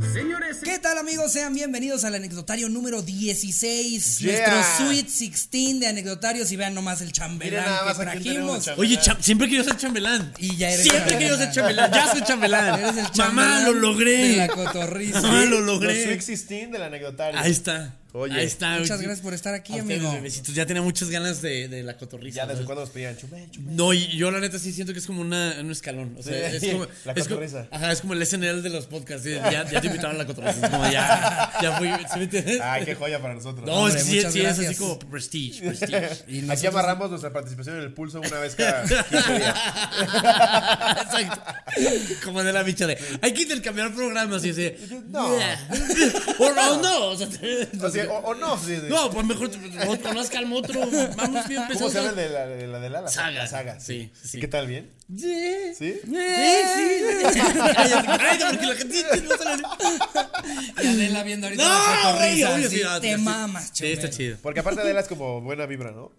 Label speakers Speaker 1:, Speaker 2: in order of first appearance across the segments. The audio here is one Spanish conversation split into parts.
Speaker 1: parece?
Speaker 2: ¿Qué tal amigos? Sean bienvenidos al anecdotario número 16,
Speaker 3: Yeah.
Speaker 2: nuestro Sweet 16 de anecdotarios y vean nomás el chambelán
Speaker 3: Miren nada más
Speaker 2: que
Speaker 3: a quién
Speaker 2: trajimos.
Speaker 3: tenemos, chambelán.
Speaker 1: Oye, cha- siempre he querido ser chambelán.
Speaker 2: Y ya eres
Speaker 1: Siempre he
Speaker 2: chambelán.
Speaker 1: querido ser chambelán. Ya soy chambelán.
Speaker 2: Eres el
Speaker 1: Mamá,
Speaker 2: chambelán
Speaker 1: lo
Speaker 2: De la
Speaker 1: logré.
Speaker 2: cotorriza.
Speaker 1: Mamá, lo
Speaker 3: Los
Speaker 1: logré.
Speaker 3: Sweet 16 del anecdotario.
Speaker 1: Ahí está.
Speaker 3: Oye.
Speaker 1: Ahí está.
Speaker 2: Muchas
Speaker 1: oye.
Speaker 2: gracias por estar aquí,
Speaker 1: A ustedes,
Speaker 2: amigo.
Speaker 1: bebecitos. Ya tenía muchas ganas de, de la cotorriza.
Speaker 3: Ya desde
Speaker 1: ¿no?
Speaker 3: cuando nos pedían chumel, chumel.
Speaker 1: No, y yo la neta sí siento que es como una, un escalón. O sea,
Speaker 3: Sí,
Speaker 1: es como.
Speaker 3: la
Speaker 1: es como-
Speaker 3: cotorriza.
Speaker 1: ajá, es como el SNL de los podcasts. sí, Ya, ya te invitaron a la cotorriza. Es como ya, ya fui. ¿sí me entiendes?
Speaker 3: Ay, qué joya para nosotros.
Speaker 1: Eh. no,
Speaker 2: hombre,
Speaker 1: es que sí,
Speaker 2: muchas
Speaker 1: sí, es así
Speaker 2: gracias.
Speaker 1: como prestige, prestige.
Speaker 2: Y
Speaker 3: Aquí
Speaker 2: nosotros-
Speaker 3: amarramos nuestra participación en el pulso una vez cada 15 días.
Speaker 1: Exacto. Como de la bicha de. Hay que intercambiar programas y así.
Speaker 3: No.
Speaker 1: O no, no. O sea, te-
Speaker 3: O, sea, o- o no, sí, sí.
Speaker 1: no, pues mejor o conozca al otro. Vamos
Speaker 3: ¿Cómo
Speaker 1: bien, empezamos.
Speaker 3: se llama el de la de la, de la, la
Speaker 1: Saga.
Speaker 3: La saga.
Speaker 1: Sí, sí. Eh.
Speaker 3: ¿Y qué tal? ¿Bien?
Speaker 1: Sí.
Speaker 3: ¿Sí?
Speaker 1: Sí, sí. Cállate, porque la gente no se la-
Speaker 2: Y Adela viendo ahorita la
Speaker 1: No, güey,
Speaker 2: cotorriza,
Speaker 1: obvio,
Speaker 2: así,
Speaker 1: sí, ah,
Speaker 2: te
Speaker 1: sí.
Speaker 2: mamas,
Speaker 1: Sí, está
Speaker 2: chambelán.
Speaker 1: chido.
Speaker 3: Porque aparte de él es como buena vibra, ¿no?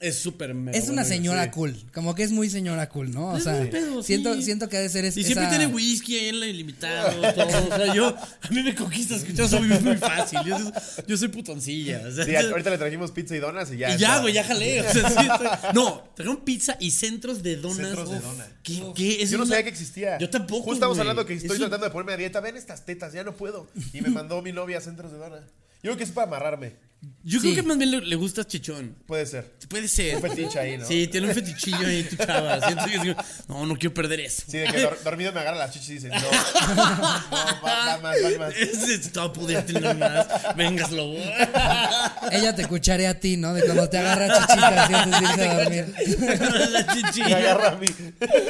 Speaker 1: Es súper mega
Speaker 2: Es una
Speaker 1: bueno,
Speaker 2: señora
Speaker 1: sí.
Speaker 2: cool, como que es muy señora cool, ¿no? O
Speaker 1: Es
Speaker 2: sea,
Speaker 1: buen pedo, sí.
Speaker 2: siento, siento que ha de ser es-
Speaker 1: Y siempre
Speaker 2: esa-
Speaker 1: tiene whisky ahí en el ilimitado, todo. O sea, yo, a mí me conquista escuchar eso es muy fácil. Yo, yo soy putoncilla. o sea,
Speaker 3: Sí, a- ahorita le trajimos pizza y donas y ya.
Speaker 1: Y ya,
Speaker 3: está.
Speaker 1: güey, ya jalé. o sea, sí, estoy- no, trajeron pizza y centros de donas.
Speaker 3: Centros de
Speaker 1: Uf,
Speaker 3: dona.
Speaker 1: ¿Qué? qué? Es
Speaker 3: Yo no
Speaker 1: una-
Speaker 3: sabía que existía.
Speaker 1: Yo tampoco.
Speaker 3: Justo estamos
Speaker 1: güey.
Speaker 3: hablando que estoy
Speaker 1: Eso-
Speaker 3: tratando de ponerme a dieta. Ven estas tetas, ya no puedo. Y me mandó mi novia a centros de dona. Yo creo que es para amarrarme.
Speaker 1: Yo
Speaker 2: Sí.
Speaker 1: creo que más bien le, le gusta Chichón.
Speaker 3: Puede ser.
Speaker 1: Puede ser.
Speaker 3: Un fetiche ahí, ¿no?
Speaker 1: Sí, tiene un fetichillo ahí tu chava. Siento que es como, no, no quiero perder eso.
Speaker 3: Sí, de que dor- dormido me agarra las chichis y dice, no, no, va, va más, va más.
Speaker 1: Ese es topo de tener más. Vengas, lobo.
Speaker 2: Ella te cucharé a ti, ¿no? De cuando te agarra chichitas y antes de irse a dormir.
Speaker 1: La
Speaker 3: Me
Speaker 1: chichilla.
Speaker 3: agarra a mí.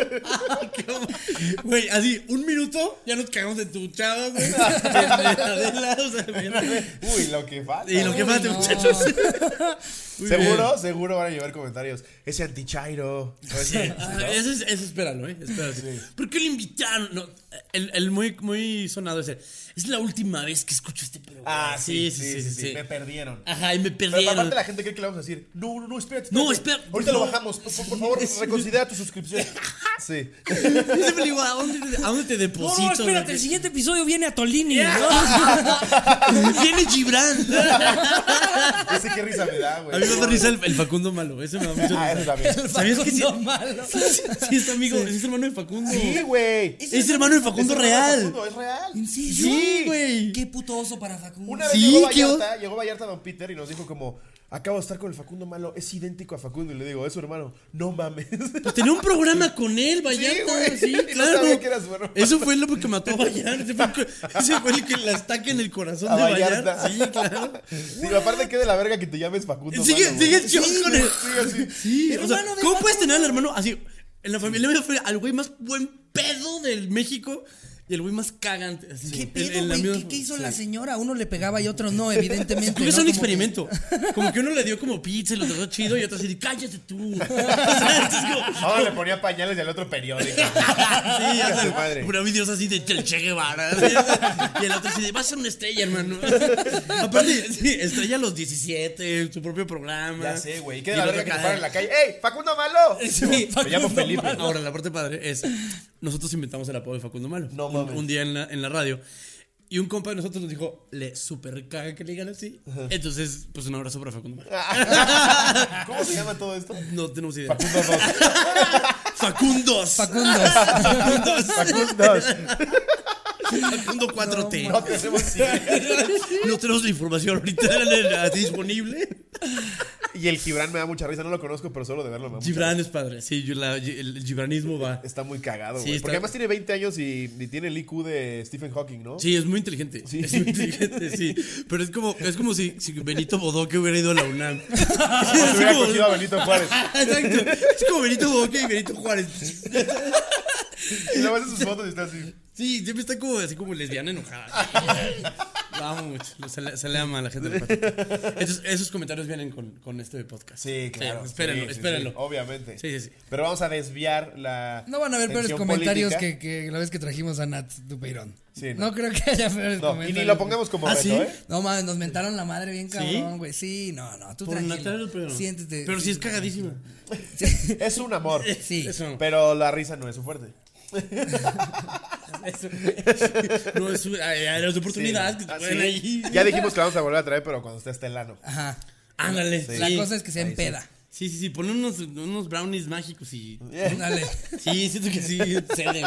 Speaker 1: Güey, así, un minuto, ya nos cagamos de tu chava, güey. De- de Adela, o sea, mira.
Speaker 3: Uy, lo que falta.
Speaker 1: Y lo que
Speaker 2: Uy,
Speaker 1: falta,
Speaker 2: no.
Speaker 1: muchachos. Muy bien.
Speaker 3: Seguro, seguro van a llevar comentarios. Ese antichairo. Pues, Ese-
Speaker 1: Ah, Eso, es, eso espéralo, ¿eh? Espéralo. ¿Por qué lo invitaron? No, el el muy, muy sonado ese. Es la última vez que escucho este programa.
Speaker 3: Ah, sí, sí, sí, sí, Me perdieron.
Speaker 1: Ajá, y me
Speaker 3: Pero
Speaker 1: perdieron.
Speaker 3: aparte la gente cree que le vamos a decir, no, no, no, espérate.
Speaker 1: No,
Speaker 3: espérate.
Speaker 1: espera-
Speaker 3: Ahorita
Speaker 1: no.
Speaker 3: lo bajamos. Por, por- por favor, reconsidera tu suscripción. Sí.
Speaker 1: Yo siempre le digo, ¿a dónde, a dónde te deposito? güey?
Speaker 2: siguiente episodio viene a Tolini.
Speaker 1: Viene Gibran.
Speaker 3: Ese qué risa me da, güey.
Speaker 1: A mí me da risa el, el Facundo malo. Ese me da mucho
Speaker 3: Ah, eso
Speaker 1: risa.
Speaker 3: también.
Speaker 1: ¿Sabías que sí?
Speaker 2: No malo.
Speaker 1: Sí, es amigo, es hermano de Facundo.
Speaker 3: Sí, güey.
Speaker 1: Es hermano de Facundo
Speaker 3: Es hermano de
Speaker 1: real.
Speaker 3: Facundo, Es real.
Speaker 2: ¿En serio?
Speaker 1: Sí, güey.
Speaker 2: Qué puto oso para Facundo.
Speaker 3: Una vez
Speaker 1: Sí,
Speaker 3: llegó
Speaker 1: qué
Speaker 3: Vallarta, llegó Vallarta Don Peter y nos dijo como, acabo de estar con el Facundo Malo, es idéntico a Facundo. Y le digo, es su hermano. No mames.
Speaker 1: Pues tenía un programa con él, Vallarta.
Speaker 3: güey.
Speaker 1: Sí,
Speaker 3: Y no
Speaker 1: claro.
Speaker 3: sabía que era su hermano.
Speaker 1: Eso fue lo que mató a Vallarta. Ese fue, ese fue el que le ataque en el corazón
Speaker 3: A
Speaker 1: de Vallarta.
Speaker 3: Vallarta.
Speaker 1: Sí, claro.
Speaker 3: Digo, aparte, qué de la verga que te llames Facundo
Speaker 1: sigue
Speaker 3: Malo.
Speaker 1: sigue
Speaker 3: güey.
Speaker 1: el shock con él.
Speaker 3: Sigue así.
Speaker 1: Sí, o sea,
Speaker 2: Hermano de
Speaker 1: ¿cómo puedes
Speaker 2: Facundo.
Speaker 1: tener al hermano así? En la familia fue al güey más buen pedo del México y el güey más cagante. así.
Speaker 2: ¿Qué
Speaker 1: El-
Speaker 2: pedo,
Speaker 1: el
Speaker 2: güey?
Speaker 1: amigo-
Speaker 2: ¿Qué, qué hizo
Speaker 1: sí.
Speaker 2: la señora? Uno le pegaba y otro no, evidentemente.
Speaker 1: Creo que
Speaker 2: ¿no?
Speaker 1: es un
Speaker 2: Como
Speaker 1: experimento. Como que uno le dio como pizza y lo trató chido y otro así de cállate tú. O sea, es como-
Speaker 3: Ahora le ponía pañales del otro periódico.
Speaker 1: Sí, ya
Speaker 3: Chinga
Speaker 1: sé.
Speaker 3: su madre.
Speaker 1: Pero mi Dios así de que el Che Guevara. ¿sí? Y el otro así de, va a ser una estrella, hermano. Aparte, sí, estrella a los 17, su propio programa.
Speaker 3: Ya sé, güey. ¿Qué
Speaker 1: Y
Speaker 3: de la
Speaker 1: el otro
Speaker 3: verga que te
Speaker 1: acá-
Speaker 3: paran en la calle? ¡Ey, Facundo Malo!
Speaker 1: Sí,
Speaker 3: Me llamo
Speaker 1: Facundo
Speaker 3: Felipe.
Speaker 1: Malo. Ahora, la parte padre es, nosotros inventamos el apodo de Facundo Malo.
Speaker 3: No
Speaker 1: un,
Speaker 3: mames.
Speaker 1: un día en la, en la radio. Y un compa de nosotros nos dijo, le super caga que le digan así. Entonces, pues un abrazo para Facundo Malo.
Speaker 3: Ah. ¿Cómo se llama todo esto?
Speaker 1: No tenemos idea.
Speaker 3: Facundo Dos.
Speaker 1: Facundos.
Speaker 2: Facundo.
Speaker 1: Facundos.
Speaker 3: Facundo Dos.
Speaker 1: Facundo 4T.
Speaker 3: No tenemos idea.
Speaker 1: No tenemos la información ahorita la-
Speaker 3: ah,
Speaker 1: la disponible.
Speaker 3: Y el Gibran me da mucha risa. No lo conozco, pero solo de verlo me da mucha
Speaker 1: Gibran es padre. Sí, yo la- el gibranismo va.
Speaker 3: Está muy cagado,
Speaker 1: Sí,
Speaker 3: güey.
Speaker 1: está-
Speaker 3: Porque además tiene 20 años y, y tiene el IQ de Stephen Hawking, ¿no?
Speaker 1: Sí, es muy inteligente.
Speaker 3: Sí.
Speaker 1: Es muy inteligente, sí. Pero es como, es como si, si Benito Bodoque hubiera ido a la UNAM.
Speaker 3: Se
Speaker 1: Es
Speaker 3: hubiera
Speaker 1: como-
Speaker 3: cogido a Benito Juárez.
Speaker 1: Exacto. Es como Benito Bodoque y Benito Juárez.
Speaker 3: Y le vas en sus fotos y está así.
Speaker 1: Sí, siempre está como así como lesbiana enojada. Vamos, se le, se le ama a la gente. del patito. Entonces, esos comentarios vienen con, con este podcast.
Speaker 3: Sí, claro.
Speaker 1: espérenlo,
Speaker 3: Sí, sí, Oh,
Speaker 1: espérenlo.
Speaker 3: sí, obviamente.
Speaker 1: Sí, sí, sí.
Speaker 3: Pero vamos a desviar la.
Speaker 2: No van a haber peores
Speaker 3: tensión
Speaker 2: comentarios
Speaker 3: política.
Speaker 2: que, que la vez que trajimos a Nat Dupeirón.
Speaker 3: Sí,
Speaker 2: no.
Speaker 3: no.
Speaker 2: creo que haya peores
Speaker 3: No, y
Speaker 2: comentarios.
Speaker 3: ni lo pongamos como
Speaker 1: ¿Ah,
Speaker 3: reto,
Speaker 1: sí?
Speaker 3: ¿eh?
Speaker 2: No mames, nos mentaron la madre bien cabrón,
Speaker 1: ¿Sí?
Speaker 2: güey. Sí, no, no, tú
Speaker 1: Por Natalia
Speaker 2: tranquilo.
Speaker 1: Dupeirón.
Speaker 2: Siéntete.
Speaker 1: Pero sí es cagadísima.
Speaker 2: Sí.
Speaker 3: Es un amor.
Speaker 2: Sí.
Speaker 1: Eso.
Speaker 3: Pero la risa no es su fuerte.
Speaker 1: Eso- no es a- a las oportunidades que te
Speaker 3: Ah,
Speaker 1: ponen
Speaker 3: sí.
Speaker 1: ahí.
Speaker 3: Ya dijimos que la vamos a volver a traer, pero cuando esté este lano.
Speaker 2: Ajá.
Speaker 1: Ándale. Sí.
Speaker 2: La cosa es que se empeda.
Speaker 1: Sí, sí, sí, pon unos, unos brownies mágicos y.
Speaker 2: Dale.
Speaker 1: Sí, siento que sí ceden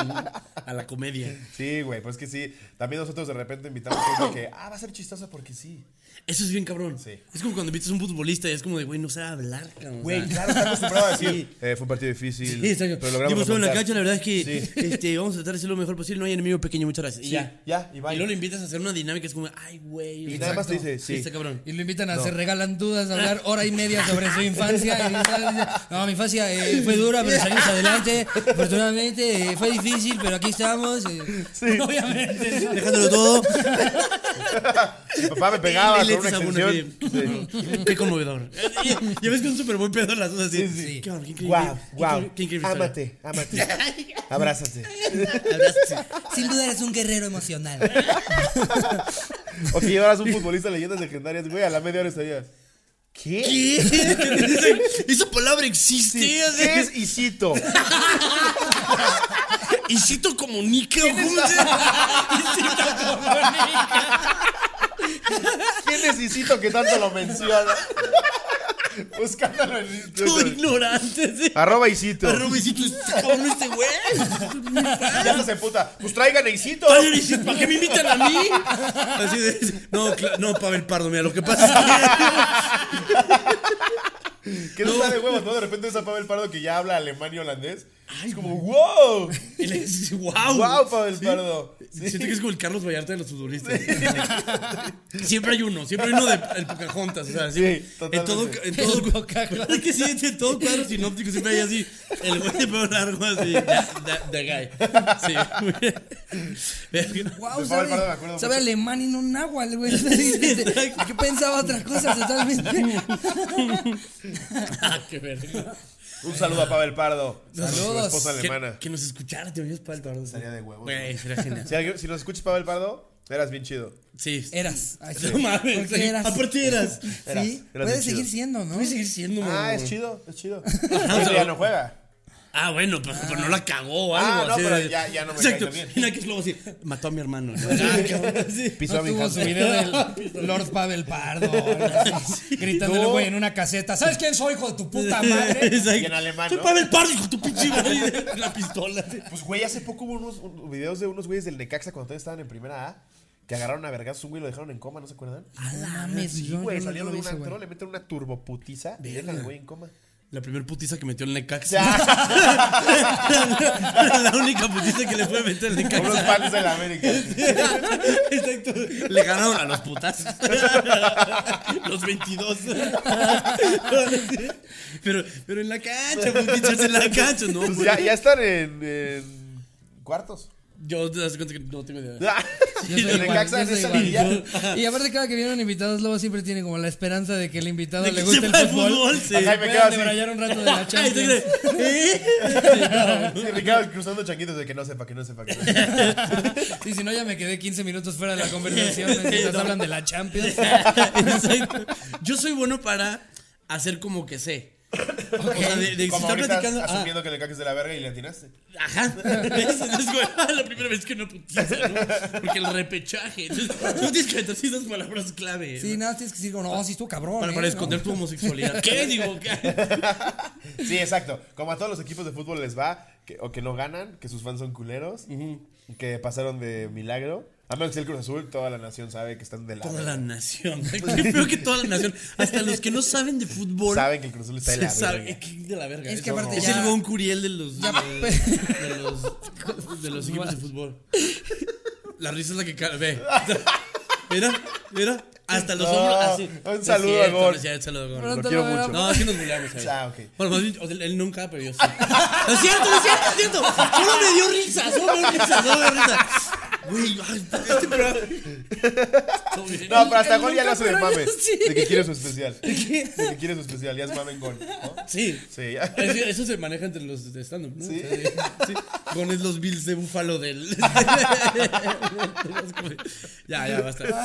Speaker 1: a la comedia.
Speaker 3: Sí, güey, pues es que sí. También nosotros de repente invitamos gente que, ah, va a ser chistosa porque sí.
Speaker 1: Eso es bien cabrón.
Speaker 3: Sí.
Speaker 1: Es como cuando invitas a un futbolista y es como de, güey, no sabe hablar, cabrón.
Speaker 3: Güey,
Speaker 1: O sea,
Speaker 3: claro, está acostumbrado a decir.
Speaker 1: Sí.
Speaker 3: eh, fue un partido difícil.
Speaker 1: Sí, exacto.
Speaker 3: Pero logramos
Speaker 1: ¿Qué pasó en la
Speaker 3: remontar".
Speaker 1: cancha? La verdad es que
Speaker 3: Sí.
Speaker 1: este, vamos a tratar de hacer lo mejor posible. No hay enemigo pequeño, muchas gracias. Y
Speaker 3: Sí,
Speaker 1: ya.
Speaker 3: ya, y bye.
Speaker 1: Y luego le invitas a hacer una dinámica, es como, ay, güey.
Speaker 3: Y
Speaker 1: o
Speaker 3: nada
Speaker 1: sea,
Speaker 3: más te dice,
Speaker 1: exacto.
Speaker 3: sí.
Speaker 1: Está cabrón.
Speaker 2: Y lo invitan a, se regalan dudas, a hablar hora y media sobre su infancia. y dice, no, mi infancia eh, fue dura, pero salimos adelante. Afortunadamente eh, fue difícil, pero aquí estamos. eh, Obviamente.
Speaker 1: Dejándolo todo.
Speaker 3: Mi papá me pegaba
Speaker 1: Y le
Speaker 3: con una
Speaker 1: dices a uno
Speaker 3: extensión. Sí.
Speaker 1: que- Qué conmovedor. Ya ves que un súper buen pedo las cosas así.
Speaker 3: Sí, sí.
Speaker 1: Qué cabrón, qué increíble.
Speaker 3: Guau, guau.
Speaker 1: Qué increíble. historia.
Speaker 3: Ámate, ámate. Abrázate.
Speaker 1: Abrazo.
Speaker 2: Sin duda eres un guerrero emocional.
Speaker 3: O si llevaras un futbolista de leyendas legendarias, güey, a la media hora estarías. ¿Qué?
Speaker 1: Esa palabra existe.
Speaker 3: Sí,
Speaker 1: o sea,
Speaker 3: ¿Qué es Isito?
Speaker 1: Y Cito comunica. ¿cómo se llama?
Speaker 3: ¿Quién es Isito que tanto lo menciona? Buscándolo en
Speaker 1: Todo
Speaker 3: Instagram.
Speaker 1: ignorante. sí.
Speaker 3: Arroba Isito.
Speaker 1: Arroba Isito, este cabrón, este güey.
Speaker 3: Ya no se puta. Pues traigan a Isito.
Speaker 1: Oye, dices, ¿Para qué me invitan a mí? Así de, no, cla- no, Pavel Pardo, mira, lo que pasa es
Speaker 3: Que no
Speaker 1: No.
Speaker 3: está de huevos, ¿no? De repente ves a Pavel Pardo que ya habla alemán y holandés. es como, wow.
Speaker 1: que. Y le dices, wow.
Speaker 3: Wow, Pavel Pardo. Sí.
Speaker 1: Siento que es como el Carlos Vallarta de los futbolistas. Siempre hay uno, siempre hay uno de el Pocahontas. O sea, sí,
Speaker 3: Sí,
Speaker 1: en todo,
Speaker 3: totalmente.
Speaker 1: en todo,
Speaker 2: El Pocahontas.
Speaker 1: Es que sí, en todo cuadro sinóptico siempre hay así, el güey de pelo largo así, that, that- that guy. Sí. Verga.
Speaker 2: Wow,
Speaker 3: De Pablo
Speaker 2: sabe,
Speaker 3: Pardo me acuerdo
Speaker 2: sabe
Speaker 3: mucho.
Speaker 2: alemán y no náhuatl, güey. Este, Yo pensaba otra cosa totalmente.
Speaker 1: Ah, qué verga.
Speaker 3: Un saludo a Pavel Pardo. A su
Speaker 2: Saludos.
Speaker 3: esposa alemana.
Speaker 1: Que, que nos escuchara, te oyes para el tardo.
Speaker 3: Estaría de huevos,
Speaker 1: Güey, sería genial.
Speaker 3: Si, alguien- si nos escuchas, Pavel Pardo, eras bien chido.
Speaker 1: Sí.
Speaker 2: Eras. Ay,
Speaker 1: No mames.
Speaker 2: ¿Por qué eras?
Speaker 1: Aparte eras.
Speaker 3: Eras,
Speaker 2: Sí,
Speaker 3: eras
Speaker 2: puede
Speaker 3: muy
Speaker 2: seguir
Speaker 3: chido.
Speaker 2: siendo, ¿no?
Speaker 1: Voy a seguir siendo,
Speaker 3: Ah,
Speaker 1: mamón.
Speaker 2: Oh.
Speaker 3: es chido, es chido. Pero ya no juega.
Speaker 1: Ah, bueno, pero, pero no la cagó o algo.
Speaker 3: Ah, no,
Speaker 1: así
Speaker 3: pero
Speaker 1: de-
Speaker 3: ya- ya no me
Speaker 1: Exacto.
Speaker 3: cae tan bien.
Speaker 1: Y la que es luego así, mató a mi hermano. ¿no? Ah, cabrón, sí.
Speaker 3: Pisó
Speaker 2: No
Speaker 3: a mi
Speaker 2: tuvo
Speaker 3: hija.
Speaker 2: su video del Lord Pavel Pardo ¿no? gritándole
Speaker 3: No.
Speaker 2: güey en una caseta. ¿Sabes quién soy, hijo de tu puta madre?
Speaker 1: Exacto.
Speaker 3: Y en alemán,
Speaker 1: Soy
Speaker 3: ¿no?
Speaker 1: Pavel Pardo, hijo de tu pinche madre. La pistola. sí.
Speaker 3: Pues, güey, hace poco hubo unos un- videos de unos güeyes del Necaxa cuando todavía estaban en primera A. Que agarraron a vergas un güey y lo dejaron en coma, ¿no se acuerdan?
Speaker 2: A la mames, Ah, yo- yo
Speaker 3: güey,
Speaker 2: no
Speaker 3: salieron
Speaker 2: lo
Speaker 3: de un
Speaker 2: hice, güey.
Speaker 3: antro, le meten una turboputiza y dejan al güey en coma.
Speaker 1: La primer putiza que metió el Necaxa.
Speaker 3: Ya,
Speaker 1: la única putiza que le fue a meter
Speaker 3: con
Speaker 1: el
Speaker 3: los
Speaker 1: Necaxa.
Speaker 3: fans de la América.
Speaker 1: Exacto. Le ganaron a los putas. Los 22. Pero, pero en la cancha, putichas en la cancha, ¿no?
Speaker 3: Pues
Speaker 1: güey.
Speaker 3: ya, ya están en, en cuartos.
Speaker 1: Yo te das cuenta que no tengo idea.
Speaker 2: Yo soy
Speaker 3: el
Speaker 2: igual,
Speaker 3: Necaxa
Speaker 2: yo
Speaker 3: en
Speaker 2: soy
Speaker 3: esa
Speaker 2: igual.
Speaker 3: liguilla.
Speaker 2: Y aparte, cada que vienen invitados, luego siempre tiene como la esperanza de que el invitado
Speaker 1: De
Speaker 2: le
Speaker 1: que
Speaker 2: guste el
Speaker 1: sepa de
Speaker 2: fútbol.
Speaker 1: fútbol, sí.
Speaker 3: Ajá, y me quedo
Speaker 2: Puedan
Speaker 3: así.
Speaker 2: debrayar un rato de la
Speaker 1: Ay, te
Speaker 2: Champions.
Speaker 1: crees. ¿Eh?
Speaker 3: Sí, Ricardo cruzando changuitos de que no sepa, que no sepa, que no sepa.
Speaker 2: Y si no, ya me quedé 15 minutos fuera de la conversación. Mientras
Speaker 1: No.
Speaker 2: hablan de la Champions.
Speaker 1: Exacto. Yo soy bueno para hacer como que sé. O sea, de, de- si
Speaker 3: Como
Speaker 1: está
Speaker 3: ahorita
Speaker 1: platicando. ah,
Speaker 3: asumiendo que el Necaxa es de la verga y le atinaste.
Speaker 1: Ajá. Es, es güey, ah, la primera vez que no putiza, ¿no? Porque el repechaje. Entonces, tú tienes que meter ciertas palabras clave.
Speaker 2: Sí, nada, tienes que decir, como, no, sí, estuvo cabrón.
Speaker 1: Para,
Speaker 2: eh,
Speaker 1: para
Speaker 2: ¿no?
Speaker 1: esconder tu homosexualidad. ¿Qué? Digo, ¿qué?
Speaker 3: Sí, exacto. Como a todos los equipos de fútbol les va, que- o que no ganan, que sus fans son culeros, que pasaron de milagro. A menos que sea el Cruz Azul, toda la nación sabe que están de la.
Speaker 1: Toda
Speaker 3: verga.
Speaker 1: la nación. Qué feo que toda la nación. Hasta los que no saben de fútbol.
Speaker 3: Saben que el Cruz Azul está de
Speaker 1: se
Speaker 3: la.
Speaker 1: sabe-
Speaker 3: verga.
Speaker 1: que- de la verga.
Speaker 2: Es que
Speaker 1: eso.
Speaker 2: aparte
Speaker 1: es
Speaker 2: ya-
Speaker 1: el Gon Curiel de los,
Speaker 2: Ya- pues.
Speaker 1: de, de los, de los equipos de fútbol. La risa es la que ca- ve. Mira, mira. Hasta los
Speaker 3: No,
Speaker 1: hombros así.
Speaker 3: un
Speaker 1: No es
Speaker 3: saludo a
Speaker 1: cierto, no
Speaker 3: Gon.
Speaker 1: es cierto, Un saludo a Gon.
Speaker 2: Pronto
Speaker 3: Lo quiero
Speaker 2: lo verá.
Speaker 3: mucho.
Speaker 1: No, así nos burlamos ahí.
Speaker 3: Ah, ok.
Speaker 1: Bueno, más bien, o sea, él nunca, pero yo sí. No es cierto, no es cierto, no es cierto. Solo me dio risa, solo me dio risa, solo me dio risa. Güey, ay, este programa. Todo bien.
Speaker 3: No, pero hasta
Speaker 2: el
Speaker 3: Gol ya lo hace de
Speaker 2: nunca, pero
Speaker 3: mame.
Speaker 2: yo sí.
Speaker 3: De que quiere su especial. De que quiere su especial, ya es mame en Gol. ¿no?
Speaker 1: Ah, Sí.
Speaker 3: Sí, ya.
Speaker 1: Eso, eso se maneja entre los de stand-up, ¿no?
Speaker 3: Sí.
Speaker 1: O sea, sí. Pones los bills de búfalo del. ya, ya, basta. Hijo,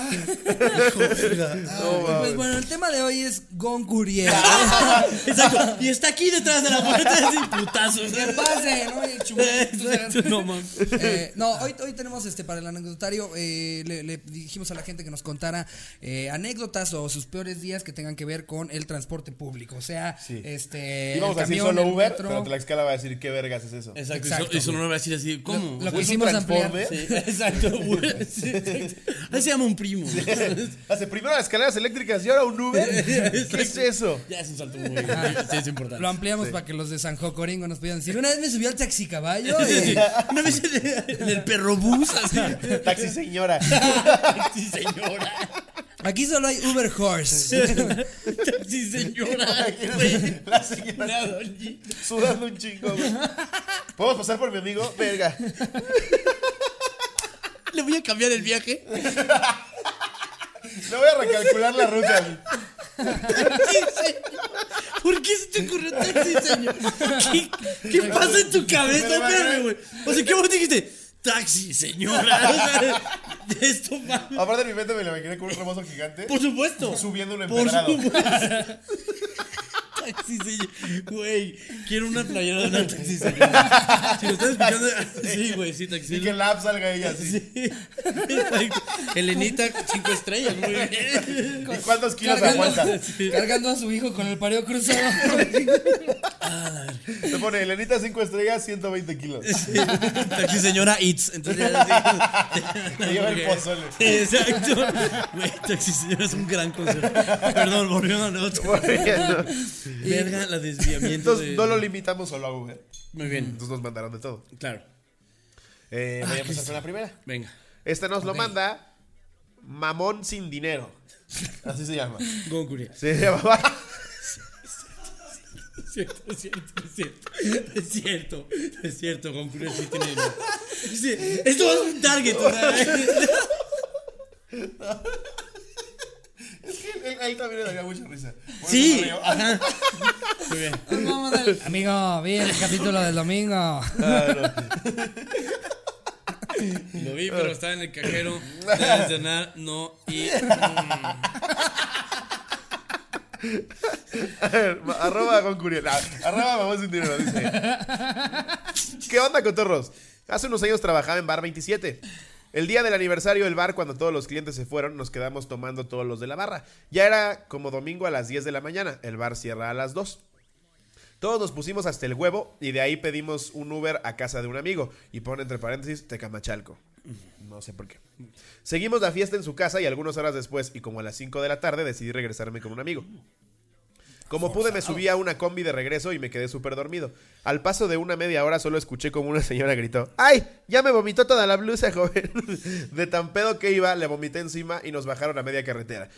Speaker 1: verga.
Speaker 2: Y pues bueno, el tema de hoy es Gon Curiel.
Speaker 1: Exacto. Y está aquí detrás de la puerta de putazo.
Speaker 2: que pase, ¿no? Y chum-
Speaker 1: Exacto, No mames.
Speaker 2: Eh, no, hoy, hoy tenemos este para el anecdotario. eh, le, le dijimos a la gente que nos contara eh, anécdotas o sus peores días que tengan que ver con el transporte público. O sea,
Speaker 3: Sí.
Speaker 2: este.
Speaker 3: Íbamos
Speaker 2: el
Speaker 3: a decir
Speaker 2: camión,
Speaker 3: solo
Speaker 2: el
Speaker 3: Uber,
Speaker 2: metro.
Speaker 3: pero Tlaxcala va a decir qué vergas es eso.
Speaker 1: Exacto.
Speaker 2: Exacto.
Speaker 1: Y Son- Y Sonora va a decir así, ¿cómo?
Speaker 2: Lo
Speaker 3: ¿Es un
Speaker 2: quisimos ampliar.
Speaker 3: transforme?
Speaker 1: Sí, exacto. güey. Sí, exacto. Ahí se llama un primo.
Speaker 3: Hace primero las escaleras eléctricas y ahora un Uber. ¿Qué es eso?
Speaker 1: Ya es un salto muy grande. Sí, es importante.
Speaker 2: Ah, Lo ampliamos para que los de San Jocoringo nos puedan decir. Una vez me subí al taxi caballo.
Speaker 1: Sí, sí. Una vez en el perro bus, así.
Speaker 3: Taxi señora.
Speaker 1: Sí, señora.
Speaker 2: Aquí solo hay Uber Horse.
Speaker 1: Sí, señora.
Speaker 3: La señora
Speaker 1: Una doñita.
Speaker 3: sudando un chingo, güey. ¿Podemos pasar por mi amigo? Verga.
Speaker 1: Le voy a cambiar el viaje.
Speaker 3: Le voy a recalcular la ruta. güey.
Speaker 1: Sí, señor. ¿Por qué se te ocurrió taxi, señor? ¿Qué, qué pasa en tu cabeza? Espérame, güey. O sea, ¿qué vos dijiste? Taxi, señora. O sea, esto va.
Speaker 3: Aparte de mi mente me lo imaginé con un rebozo gigante.
Speaker 1: Por supuesto.
Speaker 3: Subiendo un
Speaker 1: Por
Speaker 3: empedrado.
Speaker 1: supuesto. Taxi, señor. Güey, quiero una playera de una taxi, señor. Si lo estás escuchando. Sí, güey, sí, taxi.
Speaker 3: Y que el app salga ella así.
Speaker 1: Sí. Exacto. Helenita, cinco estrellas, muy bien.
Speaker 3: ¿Y cuántos kilos aguanta?
Speaker 2: Cargando, cargando a su hijo con el pareo cruzado.
Speaker 3: Te pone Elenita 5 estrellas, 120 kilos.
Speaker 1: Taxi señora Eats. Entonces ya sí.
Speaker 3: Te lleva el pozole.
Speaker 1: Sí, exacto. Güey, taxi señora es un gran consejo. Perdón, volviendo a la otra. Verga, la desviamiento.
Speaker 3: Entonces
Speaker 1: De...
Speaker 3: no lo limitamos solo a Uber.
Speaker 1: Muy bien,
Speaker 3: Entonces nos mandaron de todo.
Speaker 1: claro.
Speaker 3: Eh, voy a empezar con la primera.
Speaker 1: Venga.
Speaker 3: Esta Este nos lo manda Mamón sin dinero. Así se llama.
Speaker 1: Goncuri.
Speaker 3: Se llama.
Speaker 1: Es cierto, es cierto, es cierto. Es cierto, es cierto, Goncuri sí tiene. Sí, esto es un target. o sea,
Speaker 3: Él, él- él también le daría mucha risa. Por eso
Speaker 1: Sí.
Speaker 3: lo leo.
Speaker 1: Ajá. Muy bien.
Speaker 2: Vamos al- Amigo, vi el capítulo del domingo.
Speaker 1: Lo vi, pero estaba en el cajero. de cenar, no. Y. mm,
Speaker 3: A ver, ma- arroba con Curiel. Ah, arroba mamón sin dinero, dice. ¿Qué onda, cotorros? Hace unos años trabajaba en Bar 27. El día del aniversario del bar, cuando todos los clientes se fueron, nos quedamos tomando todos los de la barra. Ya era como domingo a las 10 de la mañana. El bar cierra a las 2. Todos nos pusimos hasta el huevo y de ahí pedimos un Uber a casa de un amigo. Y pone entre paréntesis Tecamachalco. No sé por qué. Seguimos la fiesta en su casa y algunas horas después, y como a las 5 de la tarde, decidí regresarme con un amigo. Como pude, me subí a una combi de regreso y me quedé súper dormido. Al paso de una media hora solo escuché como una señora gritó: ¡Ay! Ya me vomitó toda la blusa, joven. De tan pedo que iba, le vomité encima y nos bajaron a media carretera.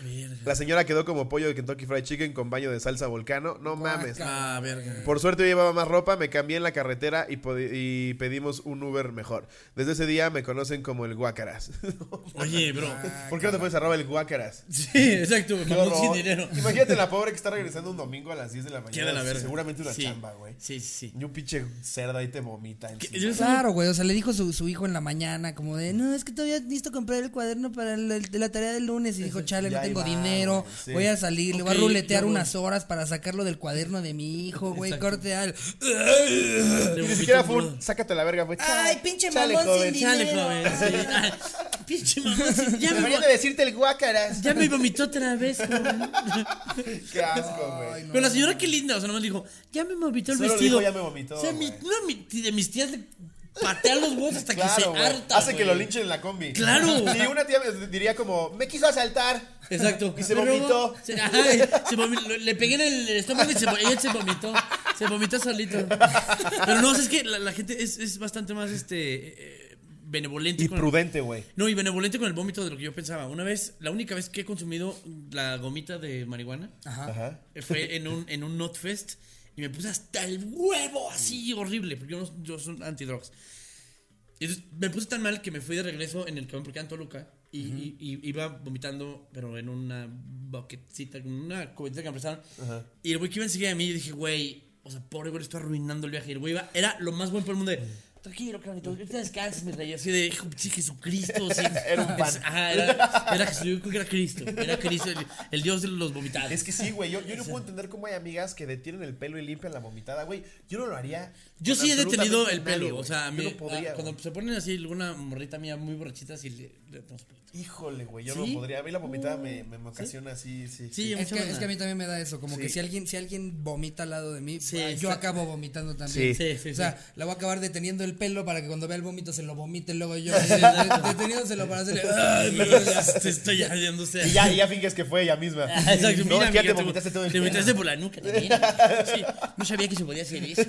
Speaker 3: La señora quedó como pollo de Kentucky Fried Chicken con baño de salsa volcano. No mames.
Speaker 1: Ah, verga.
Speaker 3: Por suerte yo llevaba más ropa, me cambié en la carretera y, podi- y pedimos un Uber mejor. Desde ese día me conocen como el Guácaras.
Speaker 1: Oye, bro.
Speaker 3: ¿Por qué no te puedes arroba el Guácaras?
Speaker 1: Sí, exacto. Mamón sin dinero.
Speaker 3: Imagínate la pobre que está regresando un domingo a las 10 de la mañana.
Speaker 1: Queda la verga.
Speaker 3: Seguramente una
Speaker 1: Sí.
Speaker 3: chamba, güey.
Speaker 1: Sí, sí, sí.
Speaker 3: Y un pinche cerda ahí te vomita. encima.
Speaker 1: Yo estaba-
Speaker 2: Claro, güey, o sea, le dijo su, su hijo en la mañana, como de, no, es que todavía listo comprar el cuaderno para el- el- la tarea del lunes. Y dijo, chale, no
Speaker 3: Ya ahí
Speaker 2: tengo
Speaker 3: va,
Speaker 2: dinero,
Speaker 3: güey, sí.
Speaker 2: voy a salir, le voy a
Speaker 1: Ok,
Speaker 2: ruletear
Speaker 1: ya voy.
Speaker 2: unas horas para sacarlo del cuaderno de mi hijo, güey,
Speaker 1: Exacto.
Speaker 2: corte al...
Speaker 1: Le
Speaker 3: Y ni
Speaker 1: vomitó
Speaker 3: siquiera
Speaker 1: un
Speaker 3: fue un
Speaker 1: boludo.
Speaker 3: sácate la verga, güey.
Speaker 2: Ay, pinche
Speaker 3: Chale,
Speaker 2: mamón sin
Speaker 3: joven.
Speaker 2: dinero.
Speaker 1: Chale, joven. sí. Ay, Pinche mamón sin ya me,
Speaker 3: Deberían
Speaker 1: vo-
Speaker 3: de decirte el Guácaras.
Speaker 1: ya me vomitó otra vez, joven.
Speaker 3: Qué asco, güey.
Speaker 1: Pero la señora, qué linda. O sea, nomás dijo, ya me vomitó el
Speaker 3: Solo
Speaker 1: vestido.
Speaker 3: dijo, "Ya me vomitó,
Speaker 1: O sea, mi-
Speaker 3: güey".
Speaker 1: una mi- de mis tías de patear los huevos hasta que se
Speaker 3: Claro, güey.
Speaker 1: harta.
Speaker 3: Hace que lo
Speaker 1: güey.
Speaker 3: linchen en la combi.
Speaker 1: Claro.
Speaker 3: Y una tía me- diría como, me quiso asaltar.
Speaker 1: Exacto.
Speaker 3: Y se
Speaker 1: Me
Speaker 3: vomitó.
Speaker 1: robó. Se- ajá, se vomi- lo- le pegué en el estómago y se, vo- ella se vomitó. Se vomitó solito. Pero no, o sea, es que la, la gente es, es bastante más este eh, benevolente.
Speaker 3: Y
Speaker 1: con-
Speaker 3: prudente, güey.
Speaker 1: no, y benevolente con el vómito de lo que yo pensaba. Una vez, la única vez que he consumido la gomita de marihuana
Speaker 3: Ajá.
Speaker 1: fue en un, en un Notfest y me puse hasta el huevo así horrible, porque yo, no- yo soy antidrogas. Y entonces me puse tan mal que me fui de regreso en el camión porque era en Toluca y, y- y iba vomitando, pero en una boquetcita, con una cubetita que me prestaron. Y el güey que iba enseguida de mí, yo dije, güey, o sea, pobre güey, le estoy arruinando el viaje. Y el güey iba, era lo más bueno por el mundo de, tranquilo, cabrón, tú ahorita descansas, mi rey. Así de, hijo, sí, Jesucristo. sí.
Speaker 3: Era un pan.
Speaker 1: Ajá, era, era Jesús, yo creo que era Cristo. Era Cristo, el, el dios de los vomitados.
Speaker 3: Es que sí, güey. Yo, yo no puedo entender cómo hay amigas que detienen el pelo y limpian la vomitada, güey. Yo no lo haría.
Speaker 1: Yo
Speaker 3: con
Speaker 1: sí he detenido
Speaker 3: absolutamente
Speaker 1: el pelo,
Speaker 3: nadie,
Speaker 1: o
Speaker 3: güey.
Speaker 1: sea, a mí,
Speaker 3: yo no podría.
Speaker 1: ah, cuando
Speaker 3: güey.
Speaker 1: se ponen así alguna morrita mía muy borrachita, sí le, le damos pelito.
Speaker 3: Híjole, güey. Yo
Speaker 1: ¿Sí? Mm,
Speaker 3: no podría. A mí la vomitada me, me me ocasiona así, sí.
Speaker 1: Sí,
Speaker 2: Es
Speaker 1: mucha
Speaker 2: que,
Speaker 1: banda.
Speaker 2: es que a mí también me da eso, como que
Speaker 3: Sí.
Speaker 2: si alguien, si alguien vomita al lado de mí,
Speaker 1: Sí,
Speaker 2: ah, yo
Speaker 1: está-
Speaker 2: acabo vomitando también.
Speaker 1: Sí. Sí, sí,
Speaker 2: o sea, la voy a acabar deteniendo el pelo para que cuando vea el vómito se lo vomite luego yo. Deteniéndoselo para hacerle. "Ay, me
Speaker 1: Te estoy hallándose.
Speaker 3: Y ya, y ya finges que fue ella misma.
Speaker 1: Exacto,
Speaker 3: no,
Speaker 1: mira,
Speaker 3: es que ya
Speaker 1: amiga,
Speaker 3: te vomitaste todo el
Speaker 1: Te
Speaker 3: pelo.
Speaker 1: vomitaste por la nuca también. Sí, no sabía que se podía hacer eso.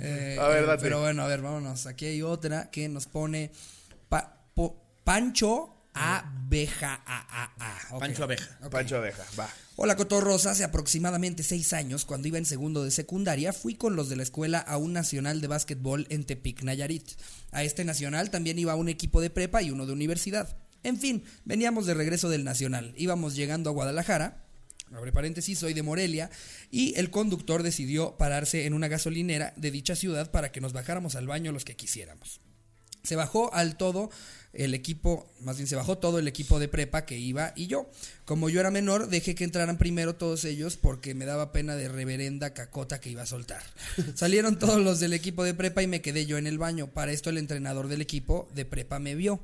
Speaker 2: Eh,
Speaker 3: A ver,
Speaker 2: eh,
Speaker 3: date.
Speaker 2: Pero bueno, a ver, vámonos. Aquí hay otra que nos pone pa- po- Pancho Abeja. A, a, a. Ok.
Speaker 1: Pancho Abeja.
Speaker 2: Ok.
Speaker 3: Pancho Abeja, va.
Speaker 2: Hola Cotorros, hace aproximadamente seis años, cuando iba en segundo de secundaria, fui con los de la escuela a un nacional de básquetbol en Tepic, Nayarit. A este nacional también iba un equipo de prepa y uno de universidad. En fin, veníamos de regreso del nacional, íbamos llegando a Guadalajara. Abre paréntesis, soy de Morelia y el conductor decidió pararse en una gasolinera de dicha ciudad para que nos bajáramos al baño los que quisiéramos. Se bajó al todo el equipo, más bien se bajó todo el equipo de prepa que iba y yo. Como yo era menor, dejé que entraran primero todos ellos porque me daba pena de reverenda cacota que iba a soltar. Salieron todos los del equipo de prepa y me quedé yo en el baño. Para esto el entrenador del equipo de prepa me vio.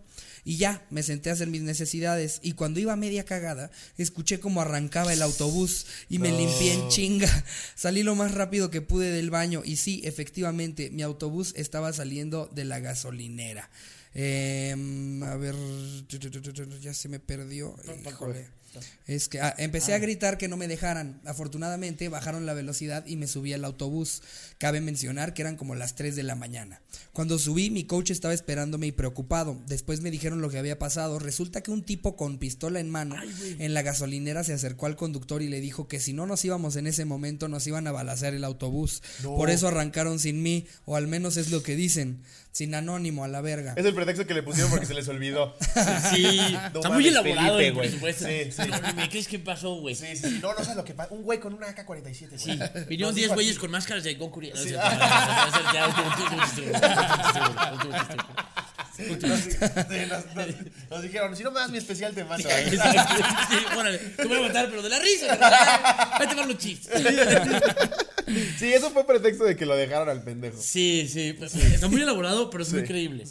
Speaker 2: Y ya, me senté a hacer mis necesidades y cuando iba media cagada, escuché como arrancaba el autobús y me limpié en chinga. Salí lo más rápido que pude del baño y sí, efectivamente, mi autobús estaba saliendo de la gasolinera. Em, a ver, tu, tu, tu, tu, tu, ya se me perdió. Híjole. Es que ah, empecé a gritar que no me dejaran. Afortunadamente bajaron la velocidad y me subí al autobús. Cabe mencionar que eran como las 3 de la mañana. Cuando subí, mi coach estaba esperándome y preocupado. Después me dijeron lo que había pasado. Resulta que un tipo con pistola en mano en la gasolinera se acercó al conductor y le dijo que si no nos íbamos en ese momento nos iban a balacear el autobús. Por eso arrancaron sin mí, o al menos es lo que dicen. Sin anónimo, a la verga.
Speaker 3: Es el pretexto que le pusieron porque se les olvidó.
Speaker 1: Sí,
Speaker 3: No
Speaker 1: está
Speaker 3: mames,
Speaker 1: muy elaborado
Speaker 3: Felipe,
Speaker 1: el
Speaker 3: güey.
Speaker 1: presupuesto.
Speaker 3: Sí, sí.
Speaker 1: No, no, ¿me crees que pasó, güey?
Speaker 3: Sí, sí, sí. No, no sabes lo que pasa. Un güey con una AK-47, güey.
Speaker 1: Sí,
Speaker 3: Nos
Speaker 1: vinieron 10
Speaker 3: dijo
Speaker 1: güeyes
Speaker 3: así.
Speaker 1: con máscaras de Gonkuri. No,
Speaker 3: Sí.
Speaker 1: es cierto, no, no, no, no, es cierto, ya, último, último, último, último, último, último.
Speaker 3: Nos, sí, nos- nos- nos dijeron, si no me das mi especial, te mato.
Speaker 1: Sí, órale, te voy a matar, pero de la risa. ¿verdad? Vete a ver los chistes.
Speaker 3: Sí, eso fue pretexto de que lo dejaron al pendejo.
Speaker 1: Sí, sí, pues, está muy elaborado, pero es muy creíble.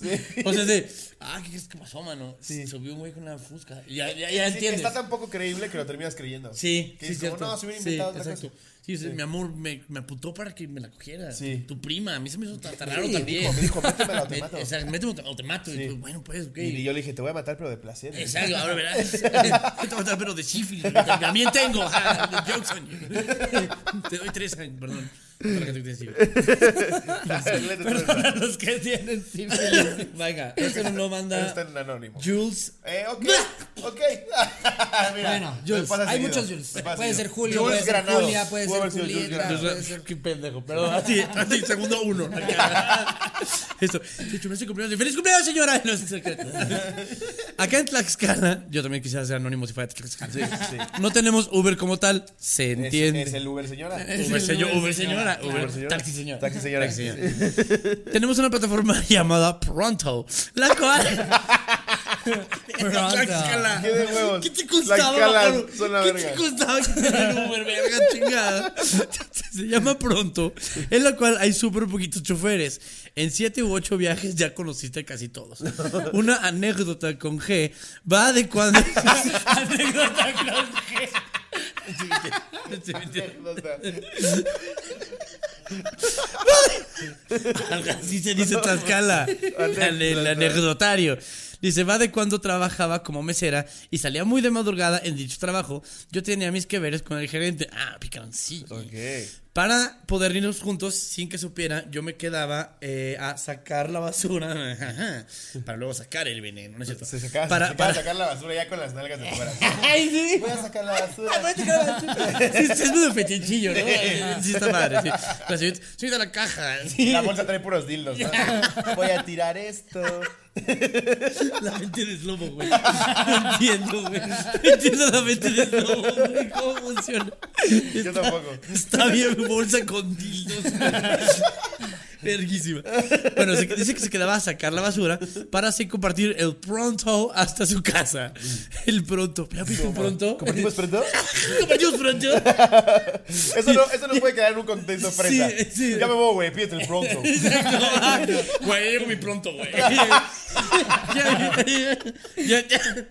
Speaker 1: O sea, es de, ah, ¿qué crees que pasó, mano?
Speaker 3: Sí.
Speaker 1: Subió un güey con una fusca. Ya, ya, ya
Speaker 3: Sí,
Speaker 1: entiendes.
Speaker 3: Está tan poco creíble que lo terminas creyendo.
Speaker 1: Sí,
Speaker 3: que
Speaker 1: sí,
Speaker 3: dices
Speaker 1: cierto.
Speaker 3: como, no, se hubiera
Speaker 1: Sí,
Speaker 3: inventado otra
Speaker 1: exacto.
Speaker 3: cosa.
Speaker 1: Sí, sí, mi amor me, me aputó para que me la cogiera.
Speaker 3: Sí.
Speaker 1: Tu prima, a mí se me hizo tan tan raro
Speaker 2: Sí,
Speaker 1: también.
Speaker 3: me dijo, "Métemela o te mato".
Speaker 1: O sea, métemela o te mato. Y
Speaker 3: Sí.
Speaker 1: tú, bueno, pues, ok.
Speaker 3: Y yo le dije, te voy a matar, pero de placer.
Speaker 1: Exacto, ahora verás. Te voy a dar pero de sífilis. güey. También tengo. ah, de jokes on you. Te doy tres años, perdón. Para que te quiten sífilis. Pero para los que tienen sífilis. Venga, eso no lo
Speaker 3: Está
Speaker 1: manda
Speaker 3: en anónimo.
Speaker 1: Jules.
Speaker 3: Eh, ok, ok. Mira,
Speaker 2: Bueno,
Speaker 3: me
Speaker 2: Jules,
Speaker 3: pasa
Speaker 2: hay
Speaker 3: seguido,
Speaker 2: muchos
Speaker 3: me
Speaker 2: Jules. Puede
Speaker 3: pasa seguido.
Speaker 2: ser Julio,
Speaker 3: Jules
Speaker 2: puede ser
Speaker 3: Granados.
Speaker 2: Julia, puede
Speaker 3: Pudo
Speaker 2: ser
Speaker 3: haber sido Jules
Speaker 2: Julieta.
Speaker 3: Granados.
Speaker 2: puede ser-
Speaker 1: Qué pendejo, perdón. Ah, Así, así, segundo uno. Esto. De hecho, no es el cumpleaños. ¡Feliz cumpleaños, señora! No, es el- Acá en Tlaxcala, yo también quisiera ser anónimo si fuera de Tlaxcala.
Speaker 3: Sí, sí.
Speaker 1: No tenemos Uber como tal, se
Speaker 3: Es-
Speaker 1: entiende.
Speaker 3: Es, el Uber, señora.
Speaker 1: Uber, señor, Uber señora, Uber
Speaker 3: Uber señora.
Speaker 1: taxi señora.
Speaker 3: Taxi señora.
Speaker 1: Taxi Tenemos una plataforma llamada Pronto, la cual
Speaker 2: Pronto.
Speaker 1: Tlaxcala.
Speaker 3: Qué de huevos.
Speaker 1: ¿Qué te costaba?
Speaker 3: Tlaxcala
Speaker 1: cabrón?
Speaker 3: son la
Speaker 1: ¿Qué
Speaker 3: verga.
Speaker 1: te costaba que fuera el Uber, verga chingada? Se llama Pronto, en la cual hay súper poquitos choferes. En siete u ocho viajes ya conociste casi todos. Una anécdota con G va de cuando anécdota con G. Así se dice Tlaxcala. El, el anecdotario. Dice, va de cuando trabajaba como mesera y salía muy de madrugada en dicho trabajo. Yo tenía mis que veres con el gerente. Ah, picancillo.
Speaker 3: Ok.
Speaker 1: Para poder irnos juntos sin que supiera, yo me quedaba eh, a sacar la basura. Ajá. Para luego sacar el veneno, ¿no es cierto?
Speaker 3: Se sacaba,
Speaker 1: para,
Speaker 3: se acaba de
Speaker 1: para-
Speaker 3: sacar la basura ya con las nalgas de fuera.
Speaker 1: ¡Ay, sí!
Speaker 3: Voy a sacar la basura.
Speaker 1: Sí, sí, es medio fetichillo, ¿no? Sí, está padre, sí. La señorita, señorita, la, caja.
Speaker 4: La bolsa trae puros dildos. ¿no? Voy a tirar esto.
Speaker 1: La mente de lobo, güey. No entiendo, güey. No entiendo la mente de lobo, güey. ¿Cómo funciona?
Speaker 3: Yo tampoco.
Speaker 1: Está bien, bolsa con dildos. güey. Verguísima. Bueno, se- dice que se quedaba a sacar la basura para así compartir el pronto hasta su casa. El pronto. ¿Ya viste el pronto?
Speaker 4: ¿Compartimos pronto?
Speaker 1: ¿Compartimos pronto?
Speaker 3: Eso no, eso no puede quedar en un contexto fresa.
Speaker 1: Sí, sí.
Speaker 3: Ya me voy, güey. Pídete el pronto.
Speaker 1: "Ah, Güey, llego mi pronto, güey. Ya, ya, ya, ya.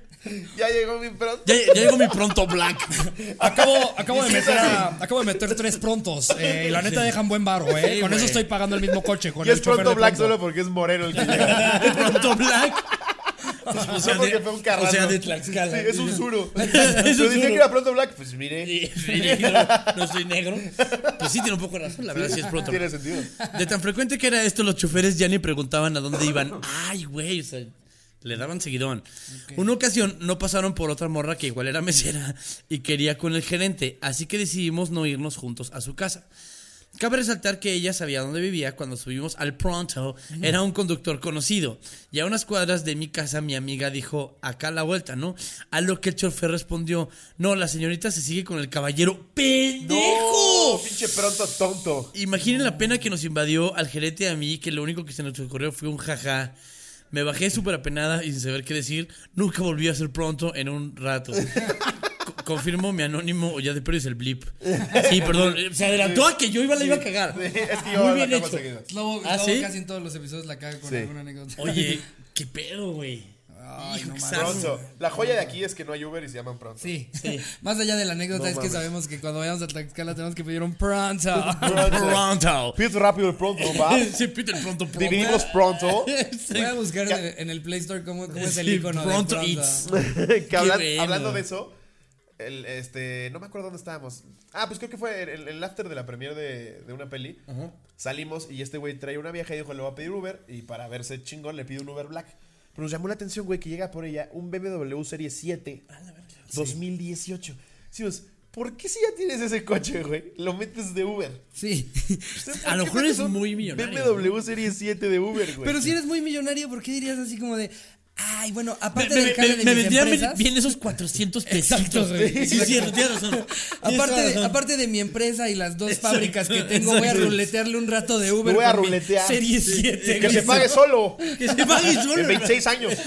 Speaker 3: Ya llegó mi pronto.
Speaker 1: Ya, ya llegó mi pronto black.
Speaker 2: Acabo, acabo de meter a- acabo de meter tres prontos. eh, y la neta dejan buen barro, eh.
Speaker 1: Sí,
Speaker 2: Con
Speaker 1: güey.
Speaker 2: eso estoy pagando el mismo coche. Con
Speaker 3: Y es
Speaker 2: el chofer
Speaker 3: pronto
Speaker 2: de
Speaker 3: black
Speaker 2: pronto.
Speaker 3: solo porque es moreno el que llega.
Speaker 1: El pronto black. O
Speaker 3: No porque fue un carrano.
Speaker 1: o sea, de Tlaxcala.
Speaker 3: Sí, es un suro.
Speaker 1: Es
Speaker 3: Pero
Speaker 1: un
Speaker 3: decía
Speaker 1: suro.
Speaker 3: que era pronto black. Pues mire,
Speaker 1: Sí, sí, negro. No soy negro. Pues sí, tiene un poco de razón, la verdad, sí es pronto.
Speaker 3: tiene sentido.
Speaker 1: De tan frecuente que era esto, los choferes ya ni preguntaban a dónde iban. Ay, güey, o sea, le daban seguidón. Una ocasión no pasaron por otra morra que igual era mesera y quería con el gerente, así que decidimos no irnos juntos a su casa. Cabe resaltar que ella sabía dónde vivía cuando subimos al pronto. Era un conductor conocido. Y a unas cuadras de mi casa mi amiga dijo, acá a la vuelta, ¿no? A lo que el chofer respondió, no, la señorita se sigue con el caballero. ¡Pendejo!
Speaker 3: No, pinche pronto tonto.
Speaker 1: Imaginen la pena que nos invadió al gerente y a mí, que lo único que se nos ocurrió fue un jaja. Me bajé súper apenada y sin saber qué decir. Nunca volví a ser pronto en un rato. Co- Confirmo mi anónimo o ya de perdiz el blip. Sí, perdón. eh, Se adelantó a que yo iba la iba a cagar.
Speaker 3: Sí, es que yo
Speaker 1: Muy
Speaker 3: la
Speaker 1: bien
Speaker 3: cago
Speaker 1: hecho.
Speaker 3: seguido.
Speaker 2: Slobo,
Speaker 1: ¿Ah,
Speaker 2: Slobo
Speaker 1: sí?
Speaker 2: casi en todos los episodios la caga con
Speaker 3: Sí.
Speaker 2: alguna anécdota.
Speaker 1: Oye, qué pedo, güey.
Speaker 2: Ay, no
Speaker 1: Hijo,
Speaker 2: mames.
Speaker 3: Pronto. La joya de aquí es que no hay Uber y se llaman pronto.
Speaker 2: Sí. Más allá de la anécdota
Speaker 3: No
Speaker 2: es que
Speaker 3: mames.
Speaker 2: sabemos que cuando vayamos a Tlaxcala tenemos que pedir un pronto.
Speaker 1: Pronto.
Speaker 3: Pídete rápido el pronto, va.
Speaker 1: Sí, pide el pronto, pronto.
Speaker 3: Dividimos pronto.
Speaker 1: Sí.
Speaker 2: Voy a buscar en el, en el Play Store cómo, cómo es el
Speaker 1: Sí,
Speaker 2: icono
Speaker 1: pronto
Speaker 2: de pronto.
Speaker 1: eats.
Speaker 3: que hablan-
Speaker 1: bueno.
Speaker 3: hablando de eso, el, este, no me acuerdo dónde estábamos. Ah, pues creo que fue el, el after de la premiere de, de una peli. Salimos y este güey trae una vieja y dijo, le voy a pedir Uber. Y para verse chingón le pide un Uber Black. Pero nos llamó la atención, güey, que llega por ella un BMW Serie 7 2018. Decimos, pues, ¿por qué si ya tienes ese coche, güey? Lo metes de Uber.
Speaker 2: Sí.
Speaker 3: Pues
Speaker 1: Pues, A
Speaker 3: ¿Por qué
Speaker 1: lo mejor
Speaker 3: metes
Speaker 1: es
Speaker 3: un
Speaker 1: muy millonario.
Speaker 3: BMW Serie 7 de Uber, güey.
Speaker 2: Pero si eres muy millonario, ¿por qué dirías así como de. Ay, bueno,
Speaker 1: Me,
Speaker 2: aparte
Speaker 1: me,
Speaker 2: del
Speaker 1: me-
Speaker 2: cable
Speaker 1: me
Speaker 2: de mis
Speaker 1: vendrían
Speaker 2: empresas,
Speaker 1: bien esos 400 pesitos.
Speaker 2: güey.
Speaker 1: Sí, sí, cierto, tienes razón. Tienes
Speaker 2: Aparte de,
Speaker 1: razón.
Speaker 2: aparte de mi empresa y las dos
Speaker 1: Exacto,
Speaker 2: fábricas que tengo, voy a
Speaker 1: exacto.
Speaker 2: ruletearle un rato de Uber.
Speaker 3: Me voy a
Speaker 2: con mi
Speaker 3: ruletear.
Speaker 2: Serie 7.
Speaker 3: que
Speaker 2: güey.
Speaker 3: se pague solo.
Speaker 1: Que se pague solo.
Speaker 3: En 26 años.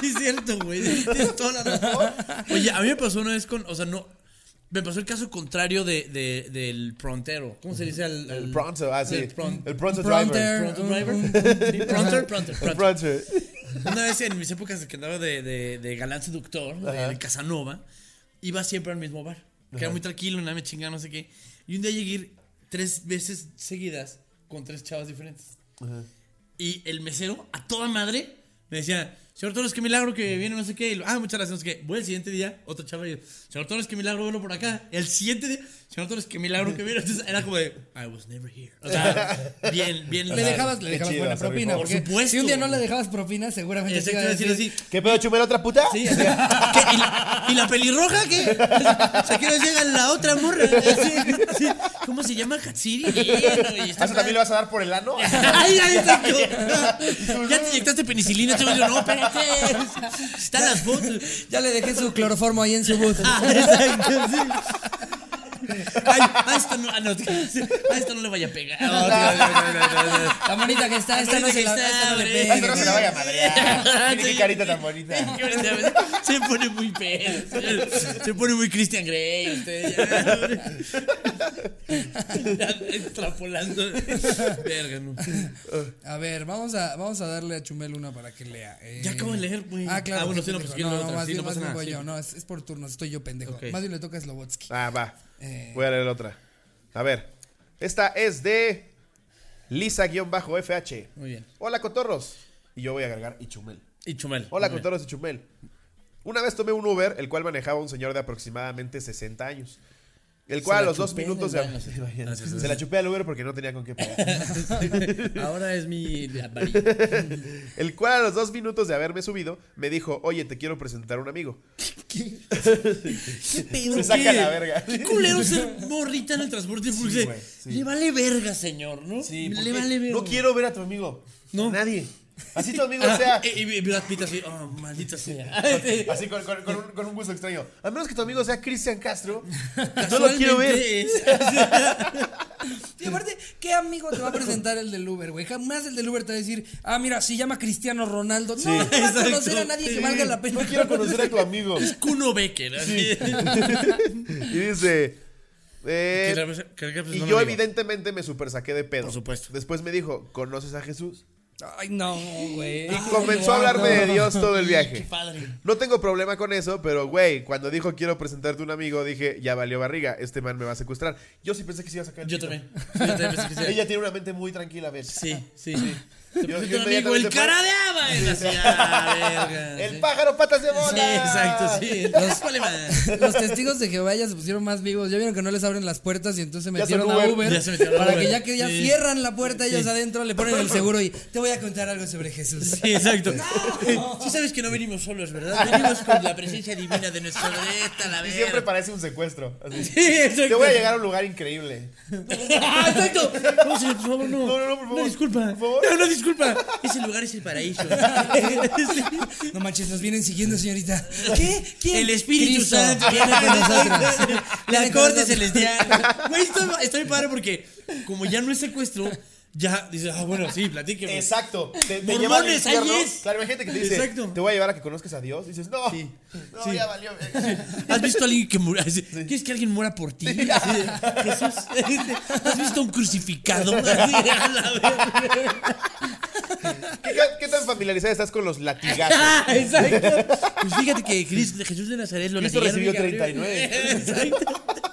Speaker 1: Sí, es cierto, güey. Tienes toda la razón. Oye, a mí me pasó una vez con. O sea, no. Me pasó el caso contrario de, de- del prontero. ¿Cómo se dice? al- al-
Speaker 3: El pronto, ah, sí.
Speaker 1: El pronto.
Speaker 3: El pronto driver.
Speaker 2: Pronter.
Speaker 1: Pronto driver. Sí, Pronter, pronter,
Speaker 3: El
Speaker 1: pronter.
Speaker 3: pronto.
Speaker 1: Una vez en mis épocas de que andaba de, de, de galán seductor, de, de Casanova, iba siempre al mismo bar. Que era muy tranquilo, nada me chingaba, no sé qué. Y un día llegué a ir tres veces seguidas con tres chavas diferentes. Y el mesero, a toda madre, me decía, señor Torres, qué milagro que viene, no sé qué. Y lo, ah, muchas gracias, no sé qué. Voy el siguiente día, otro chaval, y yo, señor Torres, qué milagro, vuelo por acá. El siguiente día, señor Torres, qué milagro que viene. Entonces era como de, I was never here. O sea, bien, bien.
Speaker 2: Le dejabas, le
Speaker 3: Qué
Speaker 2: dejabas
Speaker 3: chido,
Speaker 2: buena
Speaker 3: se rifó.
Speaker 2: propina.
Speaker 3: Por
Speaker 2: porque
Speaker 1: supuesto.
Speaker 2: Si un día no le dejabas propina, seguramente te iba a
Speaker 1: Exactamente,
Speaker 2: decir,
Speaker 1: decir así.
Speaker 3: ¿Qué pedo, chumel otra puta?
Speaker 1: Sí, o sea, ¿qué? ¿Y, la, y la pelirroja qué? O sea, que nos llega la otra morra. Sí, sí. ¿Cómo se llama? Katsiri. Y
Speaker 3: ¿A eso también le vas a dar por el ano?
Speaker 1: Ay, ay, exacto. Ya te inyectaste penicilina, chaval. Yo, no, espérate. Están las fotos.
Speaker 2: Ya le dejé su cloroformo ahí en su booth.
Speaker 1: Ah, exacto, sí. Ay, a esta no, ah, no, a esta no le vaya a pegar. No,
Speaker 2: La bonita que está, esta no se la, esta no le
Speaker 3: A eso no se
Speaker 2: pega.
Speaker 3: la vaya a madrear. Mira qué carita tan bonita.
Speaker 1: Se pone muy pedo. Se pone muy Christian Grey. Usted ya. Extrapolando. Verga, no.
Speaker 2: A ver, vamos a, vamos a darle a Chumel una para que lea. eh.
Speaker 1: Ya acabo de leer, güey.
Speaker 2: Ah, claro.
Speaker 1: Ah, bueno,
Speaker 2: qué
Speaker 1: sí, no,
Speaker 2: pendejo.
Speaker 1: pues, ¿quién la
Speaker 2: no,
Speaker 1: otra?
Speaker 2: más
Speaker 1: Sí,
Speaker 2: bien,
Speaker 1: no
Speaker 2: más
Speaker 1: pasa
Speaker 2: bien
Speaker 1: nada,
Speaker 2: voy
Speaker 1: sí.
Speaker 2: yo. No, es, es por turnos, estoy yo pendejo.
Speaker 1: Ok.
Speaker 2: Más bien le toca a Slobotsky.
Speaker 3: Ah, va.
Speaker 2: Eh.
Speaker 3: Voy a leer otra. A ver. Esta es de Lisa-FH.
Speaker 1: Muy bien.
Speaker 3: Hola, cotorros. Y yo voy a agregar y chumel.
Speaker 1: Y Chumel.
Speaker 3: Hola,
Speaker 1: Muy bien.
Speaker 3: cotorros y chumel. Una vez tomé un Uber, el cual manejaba un señor de aproximadamente 60 años. el cual a
Speaker 2: la
Speaker 3: los dos
Speaker 2: chupé en
Speaker 3: minutos
Speaker 2: el
Speaker 3: de-
Speaker 2: baño.
Speaker 3: se la chupé al Uber porque no tenía con qué pagar.
Speaker 1: Ahora es mi amarillo.
Speaker 3: El cual a los dos minutos de haberme subido me dijo, oye, te quiero presentar a un amigo.
Speaker 1: ¿Qué pedo?
Speaker 4: Se saca
Speaker 1: qué?
Speaker 4: la verga.
Speaker 1: Qué culero ser morrita en el transporte público.
Speaker 4: güey, sí.
Speaker 1: Le vale verga, señor, ¿no?
Speaker 4: Sí, ¿por
Speaker 1: Le
Speaker 4: qué?
Speaker 1: vale verga.
Speaker 4: No quiero ver a tu amigo.
Speaker 1: No.
Speaker 4: Nadie. Así tu amigo
Speaker 1: Ah,
Speaker 4: sea.
Speaker 1: eh, Y, Brad Pitt así, oh, maldita sea.
Speaker 4: Así con, con- con un, con un gusto extraño. A menos que tu amigo sea Cristian Castro. No lo
Speaker 1: Casualmente eh,
Speaker 4: quiero ver.
Speaker 1: es-
Speaker 2: Y aparte, ¿qué amigo te va a presentar el del Uber, güey? Jamás el del Uber te va a decir, ah, mira, si llama Cristiano Ronaldo. no, no va a
Speaker 1: exacto.
Speaker 2: conocer a nadie que
Speaker 1: Sí,
Speaker 2: valga la pena.
Speaker 4: No quiero conocer a tu amigo.
Speaker 1: es Kuno Becker. así.
Speaker 3: Y dice, eh,
Speaker 1: Que la vez- que la vez
Speaker 3: y
Speaker 1: no lo
Speaker 3: yo
Speaker 1: digo.
Speaker 3: evidentemente me super saqué de pedo.
Speaker 1: Por supuesto.
Speaker 3: Después me dijo, ¿conoces a Jesús?
Speaker 2: Ay, no, güey.
Speaker 3: Y comenzó a hablarme de Dios todo el
Speaker 1: Qué
Speaker 3: viaje.
Speaker 1: padre.
Speaker 3: No tengo problema con eso, pero güey, cuando dijo quiero presentarte a un amigo, dije, ya valió barriga, este man me va a secuestrar.
Speaker 4: Yo sí pensé que se iba a sacar el
Speaker 1: Yo
Speaker 4: pito.
Speaker 1: también. Yo también pensé que sea.
Speaker 4: Ella tiene una mente muy tranquila, ¿ves?
Speaker 1: Sí, sí, sí. Te
Speaker 3: Yo-
Speaker 1: presento
Speaker 3: yo
Speaker 1: un amigo,
Speaker 3: inmediatamente
Speaker 1: el cara de haba. Es así, ah, verga.
Speaker 4: El pájaro patas de bola.
Speaker 1: Sí, exacto, sí. Los, vale más.
Speaker 2: Los testigos de Jehová ya se pusieron más vivos. Ya vieron que no les abren las puertas y entonces se
Speaker 4: Ya son
Speaker 2: metieron a
Speaker 4: Uber.
Speaker 2: Uber.
Speaker 1: Ya se metieron a
Speaker 2: para
Speaker 1: Uber.
Speaker 2: que ya que ya
Speaker 1: Sí.
Speaker 2: cierran la puerta ellos adentro, le ponen el seguro y te voy a contar algo sobre Jesús.
Speaker 1: Sí, exacto. Sí sabes que no venimos solos, ¿verdad? Venimos con la presencia divina de nuestro derecha, la
Speaker 4: Y
Speaker 1: verga.
Speaker 4: siempre parece un secuestro. Así.
Speaker 1: Sí, exacto.
Speaker 4: Te voy a llegar a un lugar increíble.
Speaker 1: ¡Ah, exacto! Vamos a ir, por favor, no.
Speaker 4: No, no, no, por favor.
Speaker 1: disculpa.
Speaker 4: Por favor.
Speaker 1: No, no, disculpa. Ese lugar es el paraíso. Sí.
Speaker 2: No manches, nos vienen siguiendo, señorita. ¿Qué? ¿Quién?
Speaker 1: El Espíritu
Speaker 2: Cristo
Speaker 1: Santo
Speaker 2: viene con nosotros.
Speaker 1: La
Speaker 2: Viene con
Speaker 1: corte
Speaker 2: nosotros.
Speaker 1: celestial. Güey, esto está bien padre porque, como ya no es secuestro, ya dices, ah, bueno, sí, platíqueme.
Speaker 4: Exacto. Te, te
Speaker 1: Mormones,
Speaker 4: lleva al
Speaker 1: ahí
Speaker 4: infierno.
Speaker 1: es.
Speaker 4: Claro, hay gente que te dice,
Speaker 1: Exacto.
Speaker 4: te voy a llevar a que conozcas a Dios. Y dices, no, no,
Speaker 1: Sí.
Speaker 4: ya valió.
Speaker 1: ¿Has visto a alguien que muera? Así, ¿Quieres que alguien muera por ti? Así de, Jesús. este, ¿Has visto a un crucificado? Así, a la verga.
Speaker 3: ¿Qué, qué tan familiarizada estás con los latigazos?
Speaker 1: Ah, Exacto. Pues fíjate que Cris- Jesús de Nazaret lo
Speaker 4: Cristo
Speaker 1: lastigaron
Speaker 4: recibió
Speaker 1: y Gabriel-
Speaker 4: 39.
Speaker 1: Exacto.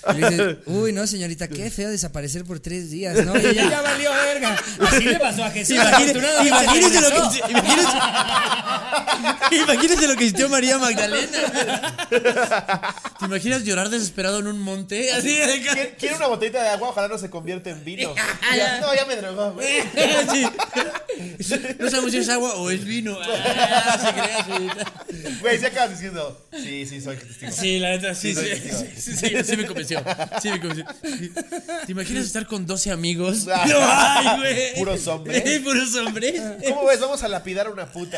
Speaker 2: Y le dices, uy, no, señorita, qué feo desaparecer por tres días, ¿no? Y ya, ya valió verga. Así le pasó a Jesús.
Speaker 1: Imagínense,
Speaker 2: Afortunadamente
Speaker 1: imagínense lo
Speaker 2: regresó.
Speaker 1: que imagínense, imagínense lo que sintió María Magdalena. ¿Te imaginas llorar desesperado en un monte? Así de ca-
Speaker 4: Quiere- Quiere una botellita de agua, ojalá no se convierta en vino. Ya, no, ya me drogó, güey.
Speaker 1: Sí. No sabemos si es agua o es vino. Ah, se crea, sí.
Speaker 4: Güey, si acabas diciendo, sí, sí, soy testigo.
Speaker 1: Sí, la neta, sí, sí,
Speaker 4: Sí,
Speaker 1: sí, sí, sí, sí me convenció. Sí me convenció. ¿Te imaginas estar con 12 amigos?
Speaker 4: Ah.
Speaker 1: Ay, güey.
Speaker 4: Puros hombres.
Speaker 1: Eh, puros hombres.
Speaker 4: ¿Cómo ves? Vamos a lapidar a una puta.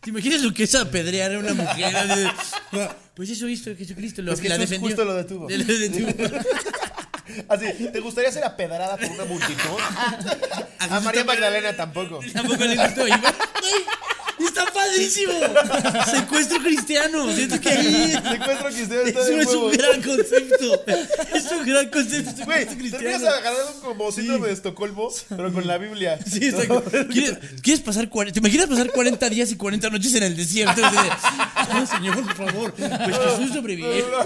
Speaker 1: ¿Te imaginas lo que es apedrear a una mujer? Así de, "Ah, Pues eso hizo Jesucristo, lo,
Speaker 4: Pues
Speaker 1: la
Speaker 4: Jesús
Speaker 1: defendió.
Speaker 4: justo lo detuvo.
Speaker 1: Lo detuvo.
Speaker 4: Así, ¿te gustaría ser apedrada por una multitud? A
Speaker 1: Jesús
Speaker 4: María
Speaker 1: tampoco-
Speaker 4: Magdalena tampoco.
Speaker 1: Tampoco le gustó. Y, güey, está padrísimo. Secuestro cristiano. Siento que ahí...
Speaker 4: Secuestro que ustedes
Speaker 1: Eso
Speaker 4: están en
Speaker 1: es
Speaker 4: huevo.
Speaker 1: un gran concepto. Es un gran concepto.
Speaker 4: Güey,
Speaker 1: secuestro
Speaker 4: terminas
Speaker 1: cristiano.
Speaker 4: agarrando como síndrome de Estocolmo, pero con la Biblia.
Speaker 1: Sí, exacto. ¿Quieres, quieres pasar 40, ¿Te imaginas pasar 40 días y 40 noches en el desierto? Así de, No, señor, por favor. Pues Jesús sobrevivió.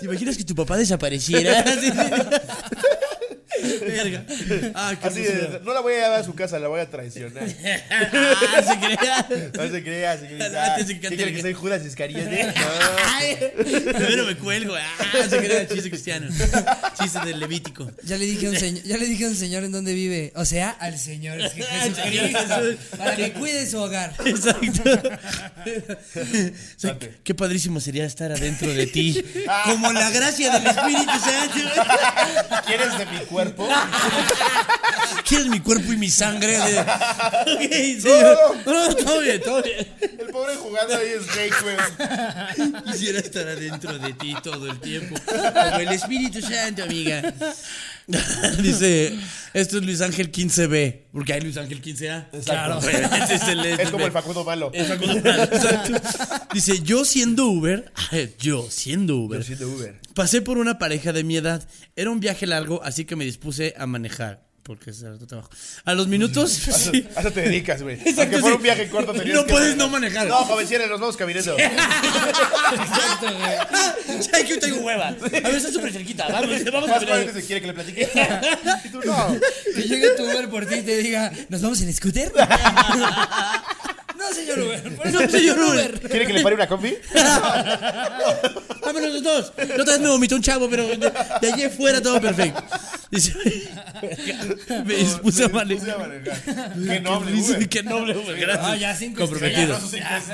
Speaker 1: ¿Te imaginas que tu papá desapareciera? Así de- Verga. Ah, qué
Speaker 4: Así de, no la voy a llevar a su casa, la voy a traicionar.
Speaker 1: Ah, se crea.
Speaker 4: No se crea, se
Speaker 1: Ah,
Speaker 4: crea.
Speaker 1: antes de
Speaker 4: ¿Qué
Speaker 1: que cante
Speaker 4: quiere
Speaker 1: el-
Speaker 4: que soy Judas Iscariote?
Speaker 1: Ay, Primero me cuelgo. Ah, se crea chiste cristiano. Chiste del Levítico.
Speaker 2: Ya le dije a un señor, ya le dije a un señor en dónde vive, o sea, al señor es que
Speaker 1: Al señor Jesús.
Speaker 2: Jesucristo, para que cuide su hogar.
Speaker 1: Exacto. O sea,
Speaker 4: Date.
Speaker 1: qué padrísimo sería estar adentro de ti. Como la gracia del Espíritu Santo.
Speaker 4: ¿No? ¿Quieres de mi cuerpo?
Speaker 1: ¿Quieres mi cuerpo y mi sangre? Ok, señor. No, no, todo bien, todo bien.
Speaker 4: El pobre jugando ahí es Snake, güey.
Speaker 1: Quisiera estar adentro de ti todo el tiempo. Como el Espíritu Santo, amiga. Dice, esto es Luis Ángel 15B. Porque hay Luis Ángel 15A. Claro. obviamente, es el-
Speaker 4: Es como el Facundo Malo.
Speaker 1: Es Facundo Malo, exacto. Dice, yo siendo Uber, yo siendo Uber,
Speaker 4: de Uber.
Speaker 1: pasé por una pareja de mi edad. Era un viaje largo, así que me dispuse a manejar. Porque es tu trabajo. A los minutos, sí.
Speaker 3: A eso te dedicas, güey.
Speaker 1: Exacto,
Speaker 3: Aunque fuera
Speaker 1: sí.
Speaker 3: un viaje corto tenías
Speaker 1: No
Speaker 3: que-
Speaker 1: puedes no manejar.
Speaker 3: No, joven, cierre, nos vamos caminando.
Speaker 2: Exacto, güey.
Speaker 1: ¿Sabes que yo tengo hueva? A ver, está súper cerquita. Vamos, vamos a
Speaker 4: Más
Speaker 1: ver.
Speaker 4: probablemente se quiere que le platique. Y tú, no.
Speaker 2: Que llegue tu Uber por ti y te diga, ¿nos vamos en scooter? no, señor Uber. Por eso,
Speaker 1: No, señor Uber.
Speaker 4: ¿Quiere que le pare una combi?
Speaker 1: Vámonos los dos. La otra vez me vomitó un chavo, pero de, de allí fuera todo perfecto. Dice, me dispuse
Speaker 4: Puse
Speaker 1: a
Speaker 4: a
Speaker 1: manejar.
Speaker 4: manejar. Qué noble,
Speaker 1: Dice,
Speaker 4: güey.
Speaker 1: qué noble, Uber. Gracias.
Speaker 2: Ah, ya cinco
Speaker 1: Comprometido.
Speaker 2: estrellas.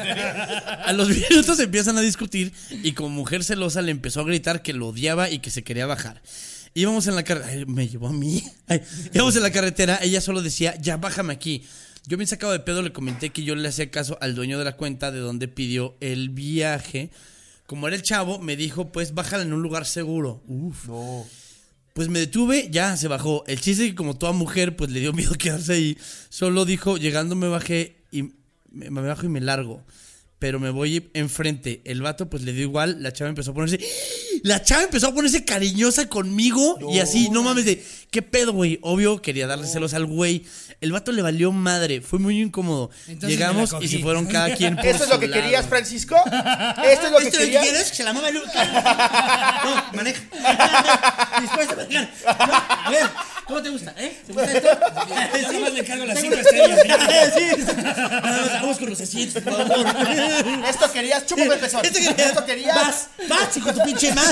Speaker 1: A los minutos empiezan a discutir y como mujer celosa le empezó a gritar que lo odiaba y que se quería bajar. Íbamos en la carretera, me llevó a mí. Ay, íbamos en la carretera, ella solo decía, ya bájame aquí. Yo bien sacado de pedo le comenté que yo le hacía caso al dueño de la cuenta de donde pidió el viaje. Como era el chavo, me dijo, pues bájala en un lugar seguro. Uf.
Speaker 4: No.
Speaker 1: Pues me detuve, ya se bajó. El chiste es que como toda mujer, pues le dio miedo quedarse ahí. Solo dijo, llegando me bajé y me, me bajo y me largo. Pero me voy enfrente. El vato pues le dio igual, la chava empezó a ponerse... La chava empezó a ponerse cariñosa conmigo y así, no mames, de... ¿Qué pedo, güey? Obvio, quería darle celos al güey. El vato le valió madre, fue muy incómodo.
Speaker 2: Entonces
Speaker 1: Llegamos
Speaker 2: me la
Speaker 1: y se
Speaker 2: cogí.
Speaker 1: fueron cada quien por
Speaker 4: ¿Esto es lo
Speaker 1: su
Speaker 4: que
Speaker 1: lado.
Speaker 4: querías, Francisco? ¿Esto es lo que
Speaker 1: ¿Esto es lo que
Speaker 4: querías?
Speaker 1: quieres? Que se la mueva el... No, maneja. Dispuesta a manejar. No, a ver, ¿cómo te gusta? ¿Eh? ¿Te gusta esto?
Speaker 2: Nada más le cargo las
Speaker 1: Sí,
Speaker 2: cinco estrellas.
Speaker 1: Nada más, Vamos Ah, con los asientos, por favor.
Speaker 4: ¿Esto querías? Chúpame el pezón.
Speaker 1: Esto querías.
Speaker 4: ¿Esto querías?
Speaker 1: Vas, vas, hijo de tu pinche madre.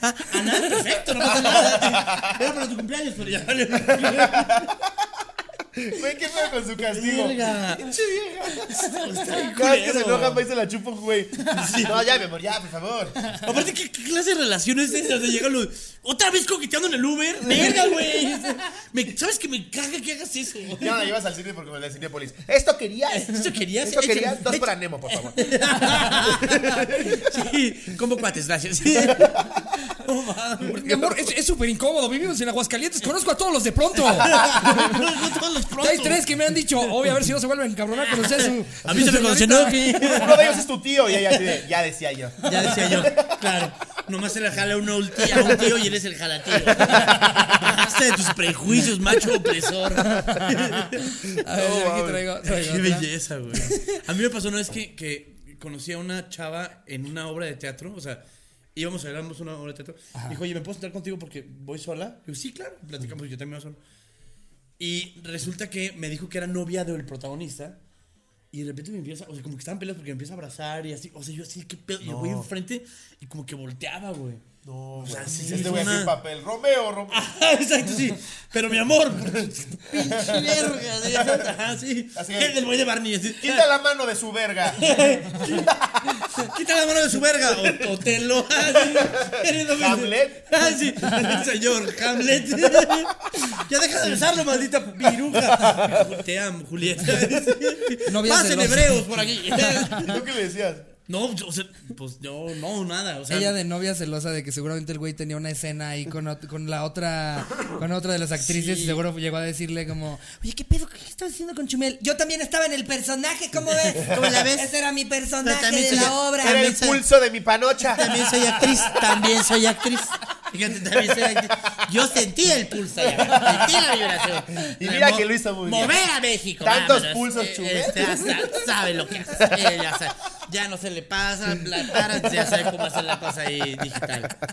Speaker 1: Ah, ah, nada, perfecto, no pasa nada. Era para tu cumpleaños, pero ya vale.
Speaker 4: Güey, qué feo con su castigo.
Speaker 1: Verga. Está bien
Speaker 4: Cada vez que se
Speaker 1: culero.
Speaker 4: enoja, va y se la chupa un güey. No, ya, mi amor, ya, por favor.
Speaker 1: Aparte, ¿qué, qué clase de relación es esa? O sea, llega lo- otra vez coqueteando en el Uber. Verga, güey. Me- ¿Sabes que me caga que hagas eso?
Speaker 4: Ya me la llevas al cine porque me la enseñé polis. ¿Esto querías?
Speaker 1: ¿Esto querías? eh.
Speaker 4: ¿Esto
Speaker 1: Échale,
Speaker 4: querías? Dos
Speaker 1: échale.
Speaker 4: para Nemo, por favor.
Speaker 1: Sí, como cuates, gracias. No mames.
Speaker 2: Mi amor, es es súper incómodo. Vivimos en Aguascalientes. Conozco a todos los de pronto.
Speaker 1: No, todos los pronto.
Speaker 2: Hay tres que me han dicho, oye, a ver si no se vuelven a encabronar con ustedes. su-
Speaker 1: A mí se me
Speaker 2: su
Speaker 1: concentró.
Speaker 2: señorita".
Speaker 4: Uno de ellos es tu tío. Y ella así de, ya decía yo.
Speaker 1: Ya decía yo, claro. Nomás se la jala uno a un tío, a un tío y eres el jalatío. Basta de tus prejuicios, macho opresor.
Speaker 2: A ver, aquí traigo, traigo
Speaker 1: Qué
Speaker 2: otra.
Speaker 1: belleza, güey. A mí me pasó una vez que, que conocí a una chava en una obra de teatro, o sea, íbamos a ver ambos una obra de teatro. Dijo, oye, ¿me puedo sentar contigo porque voy sola? Yo, sí, claro, platicamos, yo también voy solo. Y resulta que me dijo que era novia del protagonista. Y de repente me empieza, o sea, como que estaban peleas porque me empieza a abrazar y así. O sea, yo así, qué pedo. Y yo voy enfrente y como que volteaba, güey. No, o sea, sí,
Speaker 4: Este güey
Speaker 1: es
Speaker 4: aquí en
Speaker 1: una-
Speaker 4: papel. Romeo, Romeo.
Speaker 1: Ajá, Ah, exacto, sí. Pero mi amor, pinche verga. ya sabes, Ajá, sí.
Speaker 4: Así es.
Speaker 1: es. El güey de Barney. así. Ah,
Speaker 4: Quita la mano de su verga.
Speaker 1: Quita la mano de su verga. O, o te lo ah, hace.
Speaker 4: Hamlet.
Speaker 1: Ah, sí. Señor Hamlet. ya deja de besarlo, maldita piruja. Te amo, Julieta.
Speaker 2: No veas
Speaker 1: Pasen
Speaker 2: celosa.
Speaker 1: hebreos por aquí.
Speaker 4: ¿Y tú qué le decías?
Speaker 1: no, o sea, pues yo no, nada. O sea,
Speaker 2: Ella de novia celosa de que seguramente el güey tenía una escena ahí con, ot- con la otra con otra de las actrices y seguro llegó a decirle como, "Oye, qué pedo, qué estás haciendo con Chumel? Yo también estaba en el personaje, ¿cómo ves? ¿Cómo la ves? Ese era mi personaje
Speaker 1: También
Speaker 2: de
Speaker 1: soy-
Speaker 2: la obra."
Speaker 4: Era el pulso de mi panocha.
Speaker 1: También soy actriz, también soy actriz. Fíjate, también soy actriz. Yo sentí el pulso, ya, sentí la vibración.
Speaker 4: Y mira
Speaker 1: Mo-
Speaker 4: que lo hizo muy bien.
Speaker 1: Mover a México.
Speaker 4: Tantos
Speaker 1: vámonos.
Speaker 4: pulsos,
Speaker 1: Eh,
Speaker 4: Chumel.
Speaker 1: este, ya sa- sabe lo que hace. eh, ya, sabe. Ya no se le pasa, la para, ya sabe cómo hacer la cosa ahí digital.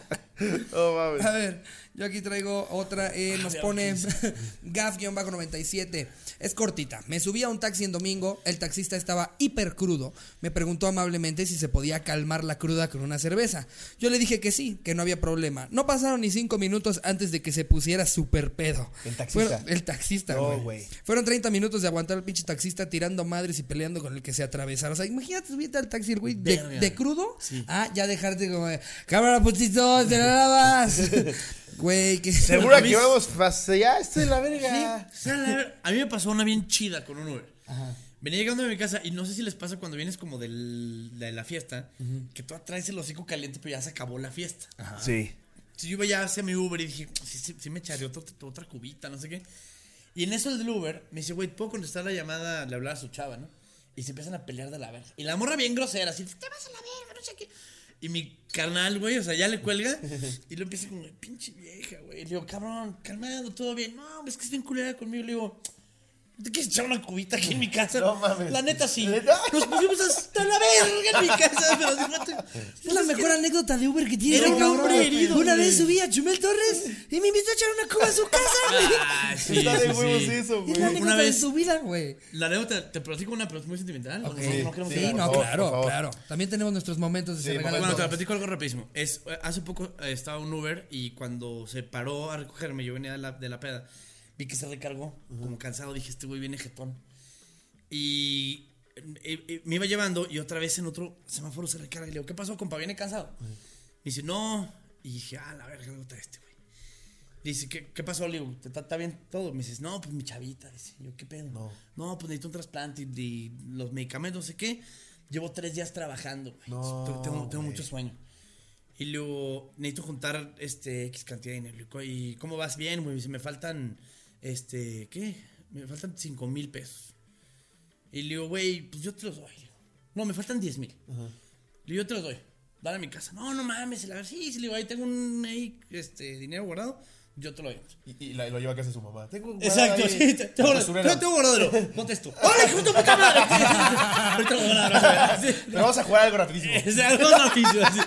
Speaker 3: Oh, mames.
Speaker 4: Pues.
Speaker 2: A ver, yo aquí traigo otra.
Speaker 4: Ah,
Speaker 2: eh, nos pone GAF-97. Es cortita. Me subí a un taxi en domingo. El taxista estaba hiper crudo. Me preguntó amablemente si se podía calmar la cruda con una cerveza. Yo le dije que sí, que no había problema. No pasaron ni cinco minutos antes de que se pusiera super pedo.
Speaker 4: El taxista.
Speaker 2: Fueron- el taxista,
Speaker 4: No,
Speaker 2: güey.
Speaker 4: güey.
Speaker 2: Fueron 30 minutos de aguantar al pinche taxista tirando madres y peleando con el que se atravesara. O sea, imagínate subirte al taxi, el güey, de,
Speaker 1: Verga.
Speaker 2: de crudo a ya dejarte como de, cámara putito, te la lavas. Güey, que
Speaker 3: Seguro que íbamos faseaste la verga.
Speaker 1: O sea, la ver- a mí me pasó una bien chida con un Uber. Venía llegando a mi casa y no sé si les pasa cuando vienes como del- de la fiesta, que tú traes el hocico caliente, pero ya se acabó la fiesta.
Speaker 3: Sí.
Speaker 1: Entonces yo iba ya hacia mi Uber y dije, sí, sí, sí me echaré otra, otra cubita, no sé qué. Y en eso el del Uber me dice, güey, ¿puedo contestar la llamada? Le hablaba a su chava, ¿no? Y se empiezan a pelear de la verga. Y la morra bien grosera, así, te vas a la verga, no sé qué. Y mi carnal, güey, o sea, ya le cuelga. Y lo empieza como, pinche vieja, güey. Le digo, cabrón, calmado, todo bien. No, es que es bien culera conmigo. Le digo, ¿te quieres echar una cubita aquí en mi casa?
Speaker 3: No mames.
Speaker 1: La neta sí.
Speaker 3: ¿Neta?
Speaker 1: Nos pusimos hasta la verga en mi casa. Pero, de rato-
Speaker 2: Es la mejor anécdota de Uber que tiene.
Speaker 1: Era un
Speaker 2: cabrón.
Speaker 1: hombre herido,
Speaker 2: Una
Speaker 1: güey.
Speaker 2: vez subí a Chumel Torres y me invitó a echar una cuba a su casa.
Speaker 1: Ah, sí,
Speaker 3: Está de
Speaker 1: sí,
Speaker 3: huevos
Speaker 1: sí.
Speaker 3: eso,
Speaker 2: es la
Speaker 3: güey.
Speaker 2: anécdota
Speaker 1: vez-
Speaker 2: de su vida, güey.
Speaker 1: La anécdota, te platico una, pero es muy sentimental.
Speaker 2: Ok.
Speaker 1: No, no queremos
Speaker 2: sí,
Speaker 1: hablar.
Speaker 2: no,
Speaker 3: por favor,
Speaker 2: claro,
Speaker 3: por favor.
Speaker 2: claro. También tenemos nuestros momentos de se regalan
Speaker 1: Bueno, te
Speaker 2: cosas.
Speaker 1: lo platico algo rapidísimo. Es, eh, hace poco eh, estaba un Uber y cuando se paró a recogerme, yo venía de la, de la peda, vi que se recargó, como cansado, dije, este güey viene jetón. Y eh, eh, me iba llevando y otra vez en otro semáforo se recarga. Y le digo, ¿qué pasó, compa? ¿Viene cansado? Me dice, no. Y dije, ah, la verga, otra este güey. Dice, ¿qué, qué pasó? Le digo, ¿te está está bien todo? Me dices, no, pues mi chavita. Dice, yo, ¿qué pedo? No, pues necesito un trasplante y, y los medicamentos, no sé qué. Llevo tres días trabajando, güey. Tengo- tengo, tengo mucho sueño. Y luego, necesito juntar este X cantidad de dinero. Le digo, ¿Y cómo vas bien, güey? Me dice, me faltan, este, ¿qué? Me faltan cinco mil pesos. Y le digo, güey, pues yo te los doy. Le digo, No, me faltan 10 mil. Le digo, yo te los doy. Dale a mi casa. No, no mames. y La, sí, sí, le digo, ahí tengo un ahí, este, dinero guardado. Yo te lo doy.
Speaker 3: Y, y la- y lo lleva a casa de su mamá. Tengo guardado
Speaker 1: Exacto,
Speaker 3: ahí
Speaker 1: sí, te- te
Speaker 3: la
Speaker 1: guardo-
Speaker 3: basurera.
Speaker 1: no tengo guardadero. Contesto. ¡Hola, hijo de tu puta madre! Ahorita lo guardadero. Sí.
Speaker 3: Pero vamos a jugar algo rapidísimo.
Speaker 1: O sea, algo rapidísimo, así.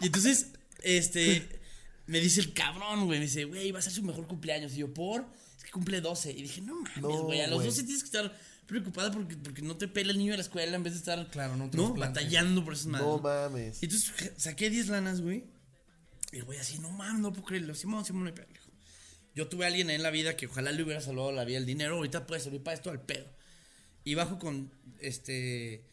Speaker 1: Y entonces, este, me dice el cabrón, güey. Me dice, güey, va a ser su mejor cumpleaños. Y yo, ¿por? Es que cumple 12. Y dije, no mames, güey. a los 12 tienes que estar preocupada porque, porque no te pela el niño de la escuela en vez de estar,
Speaker 2: Claro, no, un
Speaker 1: ¿no?
Speaker 2: trasplante.
Speaker 1: batallando por esas madres.
Speaker 5: No
Speaker 1: ¿no?
Speaker 5: mames.
Speaker 1: Y entonces ja- saqué 10 lanas, güey. Y el güey así, no mames, no puedo creerlo. Simón, Simón, no hay pedo, le dijo. Yo tuve a alguien en la vida que ojalá le hubiera salvado la vida el dinero. Ahorita puede servir para esto al pedo. Y bajo con este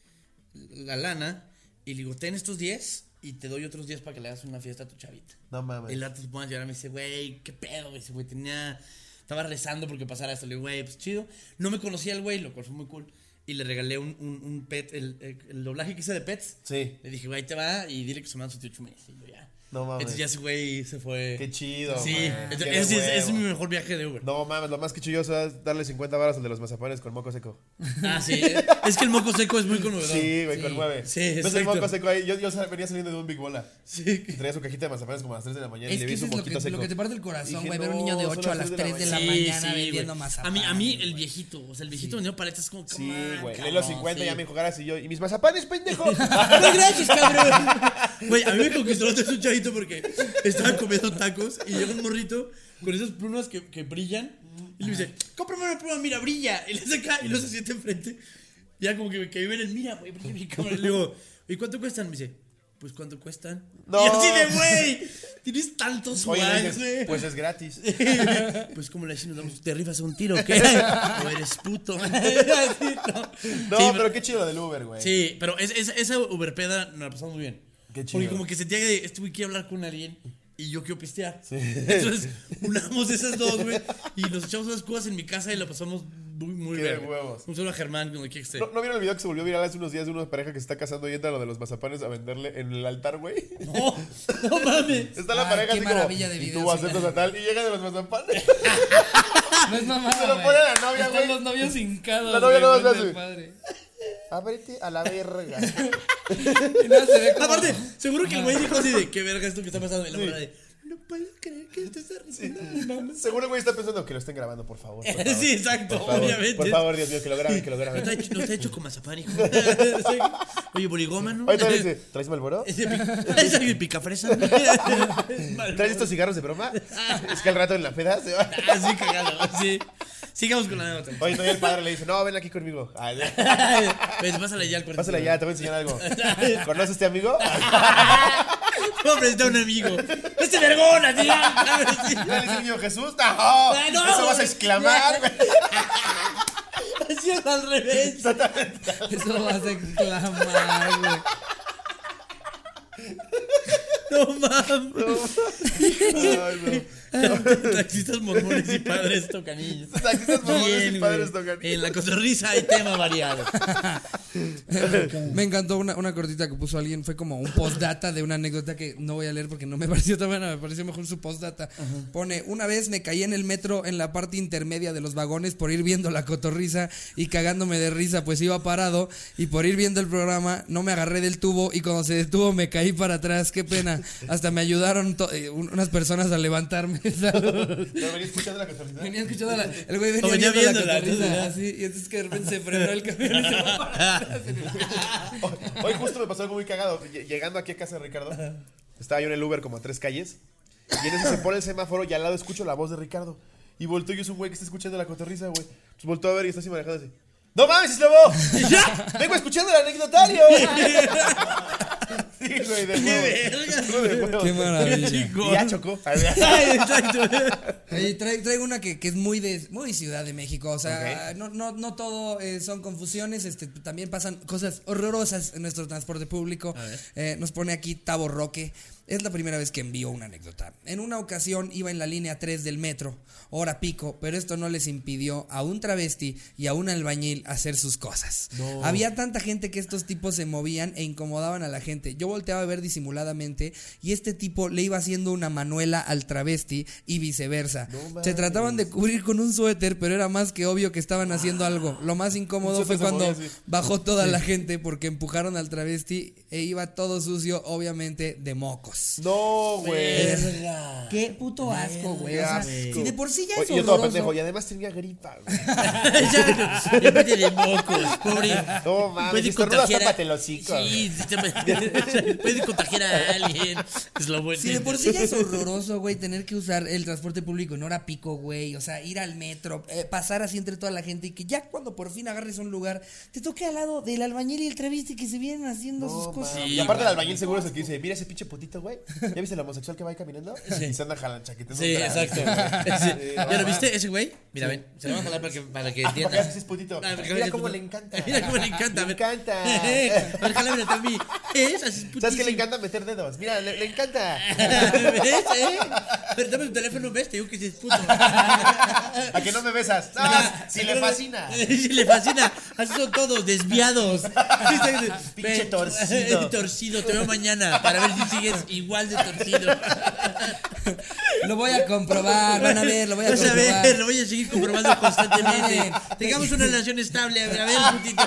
Speaker 1: la lana y le digo, ten estos 10 y te doy otros 10 para que le hagas una fiesta a tu chavita.
Speaker 3: No mames.
Speaker 1: El dato se pone a llorar me dice, güey, qué pedo, güey. Ese güey tenía. Estaba rezando porque pasara esto. Le digo, güey, pues chido. No me conocía el güey, lo cual fue muy cool. Y le regalé un, un, un pet, el, el- el doblaje que hice de pets.
Speaker 3: Sí.
Speaker 1: Le dije, güey, ahí te va y dile que su manda 78 meses. Y yo, ya.
Speaker 3: No mames.
Speaker 1: Entonces ya ese güey se fue.
Speaker 3: Qué chido.
Speaker 1: Sí,
Speaker 3: man.
Speaker 1: entonces,
Speaker 3: Qué de
Speaker 1: ese es, es
Speaker 3: huevo.
Speaker 1: mi mejor viaje de Uber.
Speaker 3: No mames, lo más que chilloso es darle 50 varas al de los mazapanes con moco seco.
Speaker 1: Ah, sí. Es que el moco seco es muy conmovedor.
Speaker 3: Sí, güey, con nueve.
Speaker 1: Sí,
Speaker 3: ¿Ves el
Speaker 1: exacto.
Speaker 3: moco seco ahí? Yo, yo sal- venía saliendo de un Big Bola.
Speaker 1: Sí.
Speaker 3: Y traía su cajita de mazapanes como a las 3 de la mañana y
Speaker 2: Es
Speaker 3: le
Speaker 2: que
Speaker 3: vi
Speaker 2: eso
Speaker 3: su
Speaker 2: es lo
Speaker 3: moquito
Speaker 2: que,
Speaker 3: seco.
Speaker 2: lo que te parte el corazón,
Speaker 3: Dije,
Speaker 2: güey. Ver a un niño de
Speaker 3: no, son
Speaker 2: 8 a
Speaker 3: las
Speaker 2: las 3
Speaker 3: tres
Speaker 2: de
Speaker 3: de
Speaker 2: la
Speaker 3: la
Speaker 2: mañana
Speaker 1: güey.
Speaker 2: vendiendo más
Speaker 1: A mí, a mí el viejito, o sea, el viejito vendió paletas es como,
Speaker 3: Sí, güey.
Speaker 1: "Come on,
Speaker 3: Leí los
Speaker 1: cabrón,
Speaker 3: 50 y
Speaker 1: sí".
Speaker 3: ya me dijo, "Garas", y yo. ¿Y mis mazapanes, pendejo? Ah,
Speaker 1: Pues gracias, cabrón. Güey, a mí me conquistó otra vez un chavito porque estaba comiendo tacos y llega un morrito con esas plumas que, que brillan y le dice, cómprame una pluma, mira, brilla. Y le saca y lo se siente enfrente. Ya como que, que vive en el mira, güey, porque mi cámara. Y le digo, ¿y cuánto cuestan? Me dice, pues ¿cuánto cuestan?
Speaker 3: No.
Speaker 1: Y así de, güey, tienes tantos
Speaker 3: Oye, le
Speaker 1: guays,
Speaker 3: dije,
Speaker 1: güey.
Speaker 3: pues es gratis.
Speaker 1: Pues como le decimos, damos, te rifas un tiro, ¿qué? o eres puto. Así,
Speaker 3: No,
Speaker 1: Sí,
Speaker 3: pero qué chido lo del Uber, güey.
Speaker 1: Sí, pero es- es- esa Uberpeda nos la pasamos muy bien.
Speaker 3: Qué chido.
Speaker 1: Porque como que sentía que este güey quiere hablar con alguien y yo quiero pistear. Entonces, unamos esas dos, güey, y nos echamos unas cubas en mi casa y la pasamos muy, muy
Speaker 3: Qué
Speaker 1: bien.
Speaker 3: de huevos.
Speaker 1: Un solo a Germán, como que esté.
Speaker 3: ¿No, ¿No vieron el video que se volvió viral hace unos días de una pareja que se está casando y entra lo de los mazapanes a venderle en el altar, güey?
Speaker 1: No, no mames.
Speaker 3: Está
Speaker 2: Ay,
Speaker 3: la pareja
Speaker 2: qué
Speaker 3: así como,
Speaker 2: maravilla de
Speaker 3: y tú
Speaker 2: videos,
Speaker 3: aceptas a tal, y llega de los mazapanes.
Speaker 2: No es mamada,
Speaker 3: Se lo
Speaker 2: güey.
Speaker 3: pone a la novia,
Speaker 2: Están
Speaker 3: güey.
Speaker 2: los novios hincados.
Speaker 3: La novia
Speaker 2: güey,
Speaker 3: no más le
Speaker 2: frente
Speaker 3: hace.
Speaker 2: al padre.
Speaker 3: Ábrete a la verga.
Speaker 2: Y nada, se ve como-
Speaker 1: Aparte, seguro que el güey dijo así de, qué verga esto que está pasando. Y la morra de, no puedes creer que esto está pasando, no mames.
Speaker 3: Seguro el güey está pensando que lo estén grabando, por favor. Por favor.
Speaker 1: Sí, exacto,
Speaker 3: Por favor,
Speaker 1: obviamente.
Speaker 3: Por favor, Dios mío, que lo graben, que lo
Speaker 1: No
Speaker 3: graben.
Speaker 1: está hecho, no está hecho con mazapán, hijo. Oye, boligómano.
Speaker 3: Ahorita le dice, ¿traes Malboro?
Speaker 1: Ese pic- ese pic- picafresa. Es mal-
Speaker 3: ¿Traes estos cigarros de broma? Es que al rato en la peda se va.
Speaker 1: Ah, sí, cagado, sí. Sigamos con la nota.
Speaker 3: Oye, todavía el padre le dice, no, ven aquí conmigo. Ay,
Speaker 1: Pues pásale ya al cuarto.
Speaker 3: Pásale ya, te voy a enseñar algo. ¿Conoces a este amigo?
Speaker 1: Vamos a presentar a un amigo. Este vergón, así. así.
Speaker 3: ¿Ya le dice el niño Jesús? ¡No!
Speaker 1: Ah, no,
Speaker 3: Eso vas a
Speaker 1: güey.
Speaker 3: exclamar, güey.
Speaker 1: Así es al revés.
Speaker 2: Eso vas a exclamar, güey.
Speaker 1: No mames.
Speaker 3: Ay, no.
Speaker 1: Taxistas mormones y padres tocanillos.
Speaker 4: Taxistas mormones y
Speaker 1: güey.
Speaker 4: padres tocanillos.
Speaker 1: En la cotorriza hay tema variado.
Speaker 2: Me encantó una, una cortita que puso alguien, fue como un postdata de una anécdota que no voy a leer porque no me pareció tan buena, me pareció mejor su postdata. Pone, una vez me caí en el metro en la parte intermedia de los vagones por ir viendo la cotorriza y cagándome de risa, pues iba parado y por ir viendo el programa no me agarré del tubo y cuando se detuvo me caí para atrás, qué pena. Hasta me ayudaron to- eh, un- unas personas a levantarme. Saludos.
Speaker 4: Pero venía escuchando la cotorriza.
Speaker 2: Venía escuchando la, el güey venía
Speaker 1: No, venía
Speaker 2: viendo,
Speaker 1: viéndola,
Speaker 2: la cotorriza
Speaker 1: ¿no?
Speaker 2: así y entonces que de repente se frenó el camión y se fue para atrás.
Speaker 4: Hoy-
Speaker 3: Hoy justo me pasó algo muy cagado. Lle- Llegando aquí a casa de Ricardo, estaba yo en el Uber como a tres calles. Y en eso se pone el semáforo y al lado escucho la voz de Ricardo. Y volteo y es un güey que está escuchando la cotorriza, güey. Pues volteo a ver y está así manejando así. ¡No mames, Slobo! ¡Ya! ¡Vengo escuchando el anecdotario! sí, güey, de
Speaker 1: ¡Qué
Speaker 3: nuevo.
Speaker 1: verga!
Speaker 3: De huevo.
Speaker 2: Qué maravilla.
Speaker 3: Y ya chocó. Ay, ya.
Speaker 1: Ay, exacto.
Speaker 2: Oye, tra- traigo una que, que es muy de muy Ciudad de México, o sea, no, no, no todo eh, son confusiones, este, también pasan cosas horrorosas en nuestro transporte público. Eh, nos pone aquí Tavo Roque, es la primera vez que envío una anécdota. En una ocasión iba en la línea 3 del metro, hora pico, pero esto no les impidió a un travesti y a un albañil hacer sus cosas. Había tanta gente que estos tipos se movían e incomodaban a la gente. Yo volteaba a ver disimuladamente y este tipo le iba haciendo una manuela al travesti y viceversa. se trataban de cubrir con un suéter, pero era más que obvio que estaban haciendo algo. Lo más incómodo fue
Speaker 4: Ah, suéter se
Speaker 2: cuando
Speaker 4: movía así.
Speaker 2: bajó toda la gente porque empujaron al travesti e iba todo sucio, obviamente, de mocos.
Speaker 3: No, güey.
Speaker 2: Qué puto asco, güey. O sea, si de por sí ya
Speaker 3: Oye,
Speaker 2: es
Speaker 3: Yo todo
Speaker 2: horroroso.
Speaker 3: pendejo. Y además tenía gripa, güey.
Speaker 1: Exacto. Y aparte de mocos, pobre.
Speaker 3: No mames,
Speaker 1: Puede
Speaker 3: si estornudas,
Speaker 1: contagiar a-
Speaker 3: tápate el hocico,
Speaker 1: Sí, sí, te- puede contagiar a alguien. Es lo bueno.
Speaker 2: Si de por sí ya es horroroso, güey, tener que usar el transporte público en hora pico, güey. O sea, ir al metro, eh, pasar así entre toda la gente y que ya cuando por fin agarres un lugar, te toque al lado del albañil y el travesti que se vienen haciendo sus cosas.
Speaker 1: Sí,
Speaker 3: y aparte el albañil seguro es el que dice, mira ese pinche putito, güey. ¿Ya viste el homosexual que va ahí caminando? Y se anda jalando chaquetas.
Speaker 1: Sí,
Speaker 3: otra vez.
Speaker 1: exacto.
Speaker 3: Sí,
Speaker 1: güey.
Speaker 3: no
Speaker 1: ¿Ya lo
Speaker 3: mames.
Speaker 1: viste ese güey? Mira, ven. Se lo voy a jalar para que, para que
Speaker 3: Para que
Speaker 1: entienda.
Speaker 3: hagas ese putito.
Speaker 1: Ah, porque
Speaker 3: Mira
Speaker 1: yo-
Speaker 3: cómo le encanta.
Speaker 1: Mira cómo le encanta.
Speaker 3: Le
Speaker 1: a ver.
Speaker 3: encanta.
Speaker 1: A ver, jálame a mí. Es así es
Speaker 3: ¿Sabes qué le
Speaker 1: putísimo.
Speaker 3: encanta meter dedos? Mira, le, le encanta.
Speaker 1: ¿Ves, eh? Pero dame tu teléfono, ves, te digo que sí es puto.
Speaker 3: A que no me besas. No, si le fascina.
Speaker 1: Ah, Si le fascina. Así son todos, desviados.
Speaker 3: Pinche
Speaker 1: Ven,
Speaker 3: torcido.
Speaker 1: eh, torcido, te veo mañana para ver si sigues igual de torcido.
Speaker 2: Lo voy a comprobar, Ah, van a ver, lo voy a
Speaker 1: Vas a
Speaker 2: comprobar.
Speaker 1: ver, lo voy a seguir comprobando constantemente.
Speaker 2: Miren.
Speaker 1: Tengamos una relación estable, a ver, a ver,
Speaker 2: Ah.
Speaker 1: putito.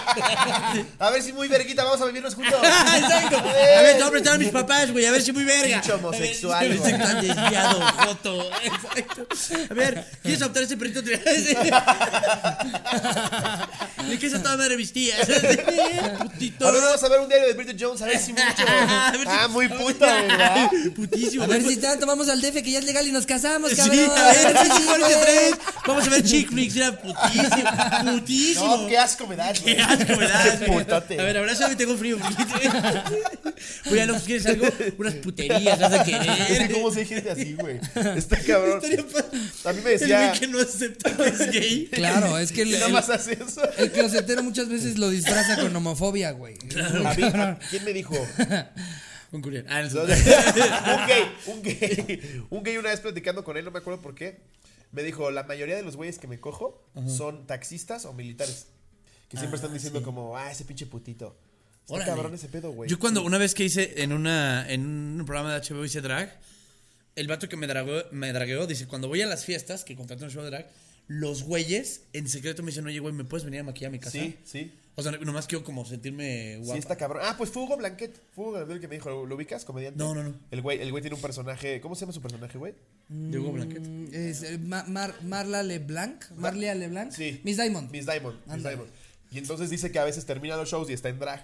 Speaker 3: A ver si muy verguita vamos a vivirnos juntos.
Speaker 1: Exacto. A ver, te voy a prestar a mis papás, güey, a ver si muy verga.
Speaker 3: Pinche homosexual,
Speaker 1: A ver,
Speaker 3: güey.
Speaker 1: Tan desviado, joto. Exacto. A ver, ¿quieres adoptar ese perrito? ¿De qué se toda madre vestía? Putito.
Speaker 3: A ver, vamos a ver un diario de Bridget Jones, a ver si mucho.
Speaker 1: A ver si-
Speaker 3: Ah, muy puto, ¿verdad?
Speaker 1: Putísimo.
Speaker 2: A ver si tanto vamos al DF que ya es legal y nos casamos,
Speaker 1: Sí,
Speaker 2: cabrón.
Speaker 1: a ver,
Speaker 2: Sí,
Speaker 1: sí, sí,
Speaker 2: güey.
Speaker 1: 43. Vamos a ver chick flicks, era putísimo, putísimo.
Speaker 3: No, qué asco me das, güey.
Speaker 1: Qué asco, ¿verdad?
Speaker 3: Qué putote.
Speaker 1: A ver, abrázame, tengo frío. Oye, Alox, ¿quieres algo? Unas puterías, vas a querer.
Speaker 3: ¿Cómo se gente así, güey? Está cabrón.
Speaker 1: Estaría pa-
Speaker 3: A mí me
Speaker 1: El
Speaker 3: decía,
Speaker 1: güey que no acepta que es gay.
Speaker 2: Claro, es que el,
Speaker 3: ¿qué nada
Speaker 2: el-
Speaker 3: más hace eso?
Speaker 2: el closetero muchas veces lo disfraza con homofobia, güey.
Speaker 3: A mí, a- ¿quién me dijo?
Speaker 1: Con Curiel. Ah, no,
Speaker 3: No,
Speaker 1: no.
Speaker 3: un gay, un gay. Un gay una vez platicando con él, no me acuerdo por qué. Me dijo, la mayoría de los güeyes que me cojo son taxistas o militares. Que siempre están diciendo como, ah, ese pinche putito. Está
Speaker 1: Órale.
Speaker 3: cabrón ese pedo, güey.
Speaker 1: Yo cuando, una vez que hice en, una, en un programa de HBO hice drag, el vato que me dragó, me dragueó dice, cuando voy a las fiestas, que contraté un show de drag, los güeyes en secreto me dicen, oye, güey, ¿me puedes venir a maquillar a mi casa?
Speaker 3: Sí, sí.
Speaker 1: O sea, nomás quiero como sentirme guapo.
Speaker 3: Sí, está cabrón. Ah, pues fue Hugo Blanquet. Fue Hugo Blanquet el que me dijo, ¿lo, lo ubicas? Comediante.
Speaker 1: No, no, no.
Speaker 3: El güey, el güey tiene un personaje. ¿Cómo se llama su personaje, güey?
Speaker 1: De Hugo Blanquet.
Speaker 3: Mm.
Speaker 2: Es, eh, Ma- Mar- Marla LeBlanc, Marlia LeBlanc,
Speaker 3: Sí.
Speaker 2: Miss Diamond.
Speaker 3: Miss Diamond. Miss
Speaker 2: Ándale.
Speaker 3: Diamond. Y entonces dice que a veces termina los shows y está en drag.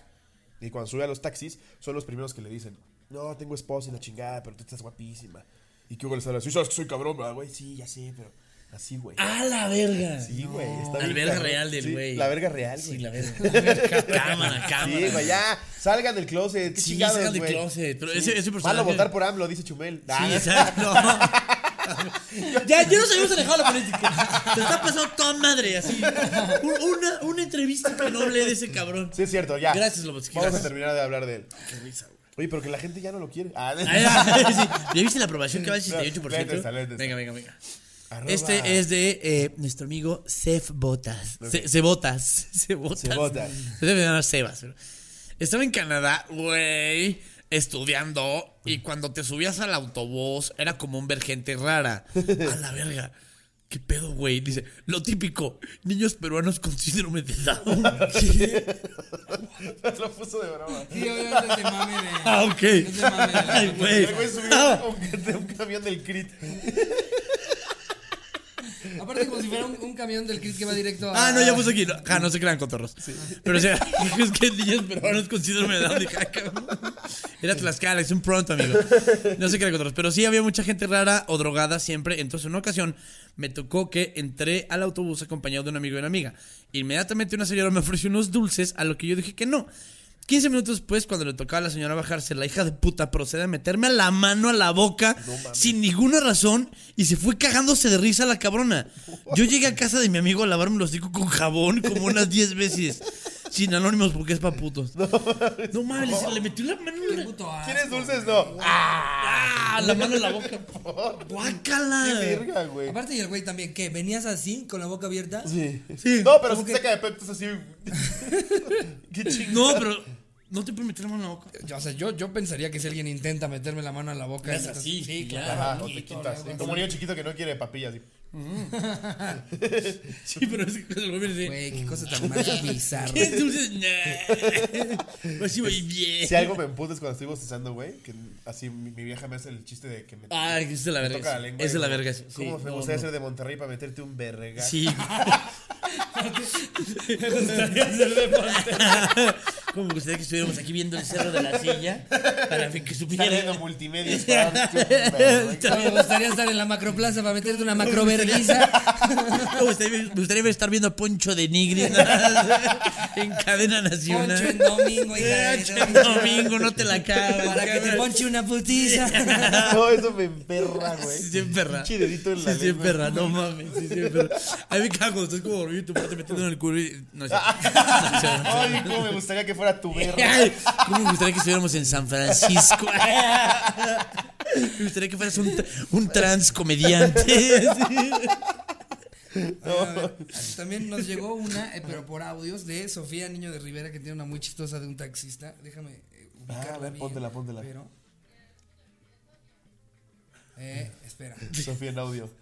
Speaker 3: Y cuando sube a los taxis, son los primeros que le dicen: No, tengo esposa y la chingada, pero tú estás guapísima. Y que Hugo les habla: Sí, sabes que soy cabrón, ¿verdad, güey. Sí, ya sé, pero así, güey.
Speaker 1: ¡A la verga!
Speaker 3: sí, güey. Está
Speaker 1: Al
Speaker 3: bien
Speaker 1: Ah, verga
Speaker 3: cabrón.
Speaker 1: real del
Speaker 3: Sí,
Speaker 1: güey.
Speaker 3: La verga real,
Speaker 1: Sí,
Speaker 3: güey.
Speaker 1: la verga. La verga. cámara, cámara.
Speaker 3: Sí, güey, ya. Salgan del closet. qué
Speaker 1: Sí,
Speaker 3: chingados,
Speaker 1: salgan del
Speaker 3: güey.
Speaker 1: closet, pero ese- ese
Speaker 3: Malo
Speaker 1: personaje-
Speaker 3: votar por AMLO, dice Chumel. Ah,
Speaker 1: Sí, exacto. No. ya, ya nos habíamos alejado de la política. Te está pasando toda madre, así. Un- una, una entrevista que no hablé de ese cabrón.
Speaker 3: sí, es cierto, ya.
Speaker 1: Gracias, Lobotsky.
Speaker 3: Vamos a
Speaker 1: Gracias.
Speaker 3: terminar de hablar de él.
Speaker 1: Qué risa, güey.
Speaker 4: Oye, pero que la gente ya no lo quiere. Ah,
Speaker 1: ¿Ya viste la aprobación que va al
Speaker 4: Léete esta,
Speaker 1: 68%?
Speaker 4: léete esta.
Speaker 1: Venga, venga, venga.
Speaker 4: Arroba.
Speaker 1: Este es de eh, nuestro amigo Sef Botas. Se- Cebotas. Cebotas.
Speaker 4: Cebotas.
Speaker 1: Se debe llamar Sebas. pero- Estaba en Canadá, güey, estudiando. Y cuando te subías al autobús, era como un ver gente rara. A la verga. ¿Qué pedo, güey? Dice, lo típico, niños peruanos con síndrome de Down.
Speaker 4: lo puso de broma.
Speaker 2: Sí, obviamente te mame de.
Speaker 1: Ah, ok.
Speaker 2: No te mames, la
Speaker 1: Ay,
Speaker 2: neta.
Speaker 1: güey. Ah,
Speaker 4: El güey subió un, de un camión del crit.
Speaker 2: Aparte, como si fuera un, un camión del kit que va directo a.
Speaker 1: Ah, no, ya puse aquí. No, ah, no se crean cotorros. Pero o sea, es que niños peruanos con síndrome de Down. Dije, ah, cabrón. Era Tlaxcala, es un pronto, amigo. No se crean cotorros. Pero sí había mucha gente rara o drogada siempre. Entonces, en una ocasión me tocó que entré al autobús acompañado de un amigo y una amiga. Inmediatamente una señora me ofreció unos dulces, a lo que yo dije que no. 15 minutos después, cuando le tocaba a la señora bajarse, la hija de puta procede a meterme a la mano a la boca sin ninguna razón y se fue cagándose de risa la cabrona. Yo llegué a casa de mi amigo a lavarme los hocico con jabón como unas 10 veces. Sin anónimos porque es pa' putos. No, mames, le- le metió la mano en
Speaker 2: Qué
Speaker 1: la,
Speaker 2: puto asco.
Speaker 4: ¿Quieres dulces? No. Ah,
Speaker 1: ah, la mano en la boca. ¡Guácala!
Speaker 4: verga, güey.
Speaker 2: Aparte, y el güey también, ¿qué? ¿Venías así, con la boca abierta?
Speaker 4: Sí.
Speaker 1: Sí.
Speaker 4: No, pero si
Speaker 2: que-
Speaker 4: te saca de peptos así. Qué chingón.
Speaker 1: No, pero no te puedes meter la mano en la boca.
Speaker 2: Yo, O sea, yo, yo pensaría que si alguien intenta meterme la mano en la boca.
Speaker 1: Es
Speaker 2: entonces-
Speaker 1: así,
Speaker 2: Sí,
Speaker 1: ya.
Speaker 2: claro.
Speaker 4: Ah, no te quitas. ¿eh? Como niño chiquito que no quiere papillas. así.
Speaker 1: Sí, pero es que cuando lo vuelves de-
Speaker 2: Güey, qué cosa tan más bizarra.
Speaker 1: Entonces, nah. Así voy bien.
Speaker 4: Si algo me emputa es cuando estoy bostezando, güey, que así mi, mi vieja me hace el chiste de que me.
Speaker 1: Ah, esa es la
Speaker 4: me
Speaker 1: verga.
Speaker 4: toca la lengua.
Speaker 1: Esa
Speaker 4: y
Speaker 1: es la
Speaker 4: como,
Speaker 1: verga. Sí,
Speaker 4: ¿Cómo me
Speaker 1: no,
Speaker 4: gustaría
Speaker 1: no.
Speaker 4: ser de Monterrey para meterte un verga?
Speaker 1: Sí. Como me gustaría que estuviéramos aquí viendo el cerro de la silla para que
Speaker 4: Está
Speaker 1: supiera.
Speaker 4: viendo multimedia. es para meterte un verga.
Speaker 2: Me gustaría estar en la macroplaza para meterte una macroverguiza.
Speaker 1: Me gustaría, me gustaría estar viendo a Poncho de Nigri en, en cadena
Speaker 2: Poncho
Speaker 1: nacional.
Speaker 2: en domingo, hija de
Speaker 1: Poncho en
Speaker 2: domingo.
Speaker 1: domingo, no te la acabas.
Speaker 2: Para que te ponche una putiza.
Speaker 4: No, eso me emperra, güey.
Speaker 1: Sí, sí, perra.
Speaker 4: Pinche dedito en la
Speaker 1: Sí, sí,
Speaker 4: lengua.
Speaker 1: perra, no mames. Sí, sí, perra. A mí me cago cuando estás como dormido y tu parte metiendo en el culo y. No sé.
Speaker 4: Ay, cómo me gustaría que fuera tu verga.
Speaker 1: Ay, ¿Cómo me gustaría que estuviéramos en San Francisco? Me gustaría que fueras un, tra- un trans comediante.
Speaker 2: También nos llegó una, eh, pero por audios, de Sofía Niño de Rivera, que tiene una muy chistosa de un taxista. Déjame eh, ubicarla.
Speaker 4: Ah, a ver,
Speaker 2: bien,
Speaker 4: póntela, póntela.
Speaker 2: Pero... Eh, espera.
Speaker 4: Sofía en audio.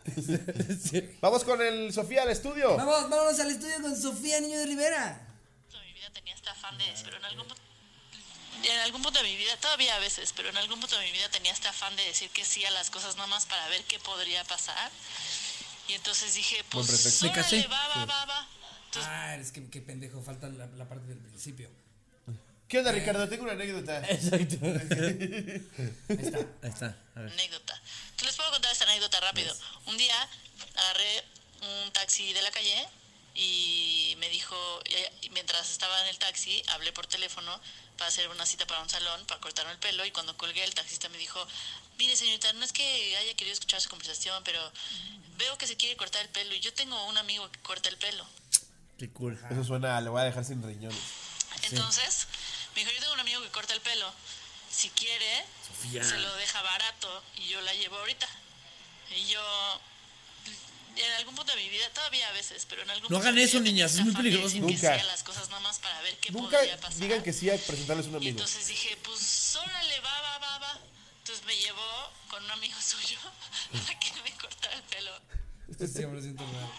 Speaker 3: Vamos con el Sofía al estudio.
Speaker 2: Vamos, vámonos al estudio con Sofía Niño de Rivera.
Speaker 6: toda mi vida tenía este afán de pero en algún punto en algún punto de mi vida, todavía a veces, pero en algún punto de mi vida tenía este afán de decir que sí a las cosas nada más para ver qué podría pasar. Y entonces dije, pues,
Speaker 1: Me casé.
Speaker 6: órale, va, va, va, va. Entonces,
Speaker 2: Ah, es que qué pendejo, falta la, la parte del principio.
Speaker 4: ¿Qué onda, Ricardo? Tengo una anécdota.
Speaker 1: Exacto. Ahí está. A ver.
Speaker 6: anécdota. Te les puedo contar esta anécdota rápido. Un día agarré un taxi de la calle y me dijo, y mientras estaba en el taxi, hablé por teléfono para hacer una cita para un salón, para cortarme el pelo y cuando colgué el taxista me dijo, mire señorita, no es que haya querido escuchar su conversación, pero
Speaker 1: Mm.
Speaker 6: veo que se quiere cortar el pelo y yo tengo un amigo que corta el pelo.
Speaker 1: Qué cool.
Speaker 4: Eso suena, le voy a dejar sin riñones.
Speaker 6: Entonces, me dijo, yo tengo un amigo que corta el pelo. Si quiere, se lo deja barato y yo la llevo ahorita. Y yo, en algún punto de mi vida, todavía a veces, pero en algún
Speaker 1: No
Speaker 6: punto
Speaker 1: hagan
Speaker 6: de mi
Speaker 1: eso,
Speaker 6: vida,
Speaker 1: niñas,
Speaker 6: tenía
Speaker 1: es muy
Speaker 6: esta afán de
Speaker 1: peligroso.
Speaker 6: decir que
Speaker 4: Nunca.
Speaker 6: sí a las cosas nada más para ver qué
Speaker 4: Nunca
Speaker 6: podría pasar.
Speaker 4: digan que sí a presentarles un
Speaker 6: Y
Speaker 4: amigo.
Speaker 6: entonces dije, pues órale, va, va, va, va. Entonces me llevó con un amigo suyo a que me cortara el pelo.
Speaker 2: Esto es 100% real.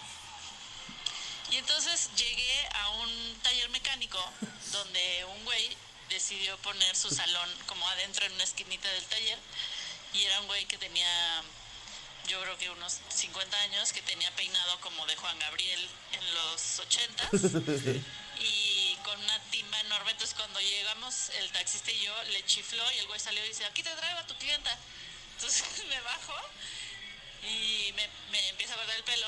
Speaker 6: Y entonces llegué a un taller mecánico donde un güey decidió poner su salón como adentro en una esquinita del taller y era un güey que tenía yo creo que unos 50 años que tenía peinado como de Juan Gabriel en los 80 y con una timba enorme entonces cuando llegamos el taxista y yo le chifló y el güey salió y dice aquí te traigo a tu clienta entonces me bajo y me, me empieza a cortar el pelo.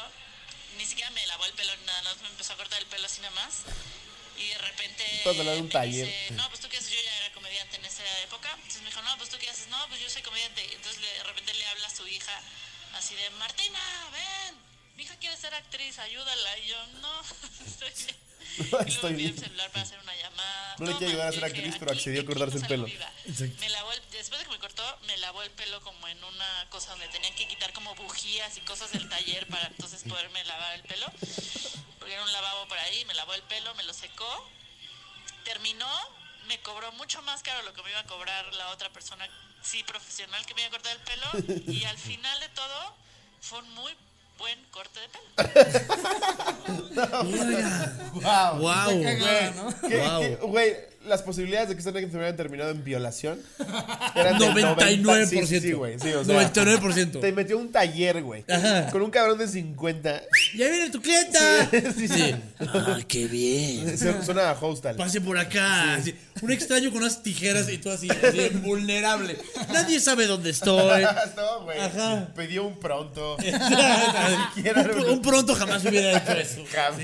Speaker 6: Ni siquiera me lavó el pelo ni nada, nada más me empezó a cortar el pelo así nada más. Y de repente.
Speaker 4: Estás hablando de un
Speaker 6: me
Speaker 4: taller.
Speaker 6: dice, no, pues tú qué haces, yo ya era comediante en esa época. Entonces me dijo, no, pues tú qué haces, no, pues yo soy comediante. Y Entonces le- de repente le habla a su hija, así de, Martina, ven, mi hija quiere ser actriz, ayúdala. Y yo, no, estoy bien. Y luego
Speaker 3: Estoy
Speaker 6: me pide el
Speaker 3: bien.
Speaker 6: celular para hacer una llamada.
Speaker 3: No le
Speaker 6: todo
Speaker 3: quiere ayudar a
Speaker 6: mal.
Speaker 3: hacer
Speaker 6: Yo
Speaker 3: a
Speaker 6: dije,
Speaker 3: Chris, pero
Speaker 6: aquí-
Speaker 3: accedió a
Speaker 6: aquí
Speaker 3: cortarse el
Speaker 6: pasa la
Speaker 3: pelo.
Speaker 6: vida.
Speaker 1: Exacto.
Speaker 6: Me lavó el- después de que me cortó, me lavó el pelo como en una cosa donde tenían que quitar como bujías y cosas del taller para entonces poderme lavar el pelo. Porque era un lavabo por ahí, me lavó el pelo, me lo secó terminó, me cobró mucho más caro lo que me iba a cobrar la otra persona, sí, profesional que me iba a cortar el pelo. Y al final de todo, fue un muy buen corte de pelo.
Speaker 1: Verga.
Speaker 3: ¡Wow!
Speaker 1: Wow.
Speaker 2: cagada, ¿no?
Speaker 3: ¿Qué- qué-
Speaker 1: Wow.
Speaker 3: Güey, las posibilidades de que esta anécdota hubiera terminado en violación eran del
Speaker 1: 99%.
Speaker 3: Sí, sí, sí, güey. Sí, o sea,
Speaker 1: 99%.
Speaker 3: Te metió un taller, güey.
Speaker 1: Ajá.
Speaker 3: Con un cabrón de 50.
Speaker 1: ¡Ya viene tu clienta!
Speaker 3: sí, sí.
Speaker 1: Sí. Ah, qué bien.
Speaker 3: Su- Suena a hostal.
Speaker 1: Pase por acá. así. Un extraño con unas tijeras y tú así, así, vulnerable. Nadie sabe dónde estoy.
Speaker 3: No, güey.
Speaker 1: Ajá.
Speaker 3: Pidió un pronto. siquiera
Speaker 1: un,
Speaker 3: era
Speaker 1: un pronto jamás hubiera hecho eso.
Speaker 3: Jamás.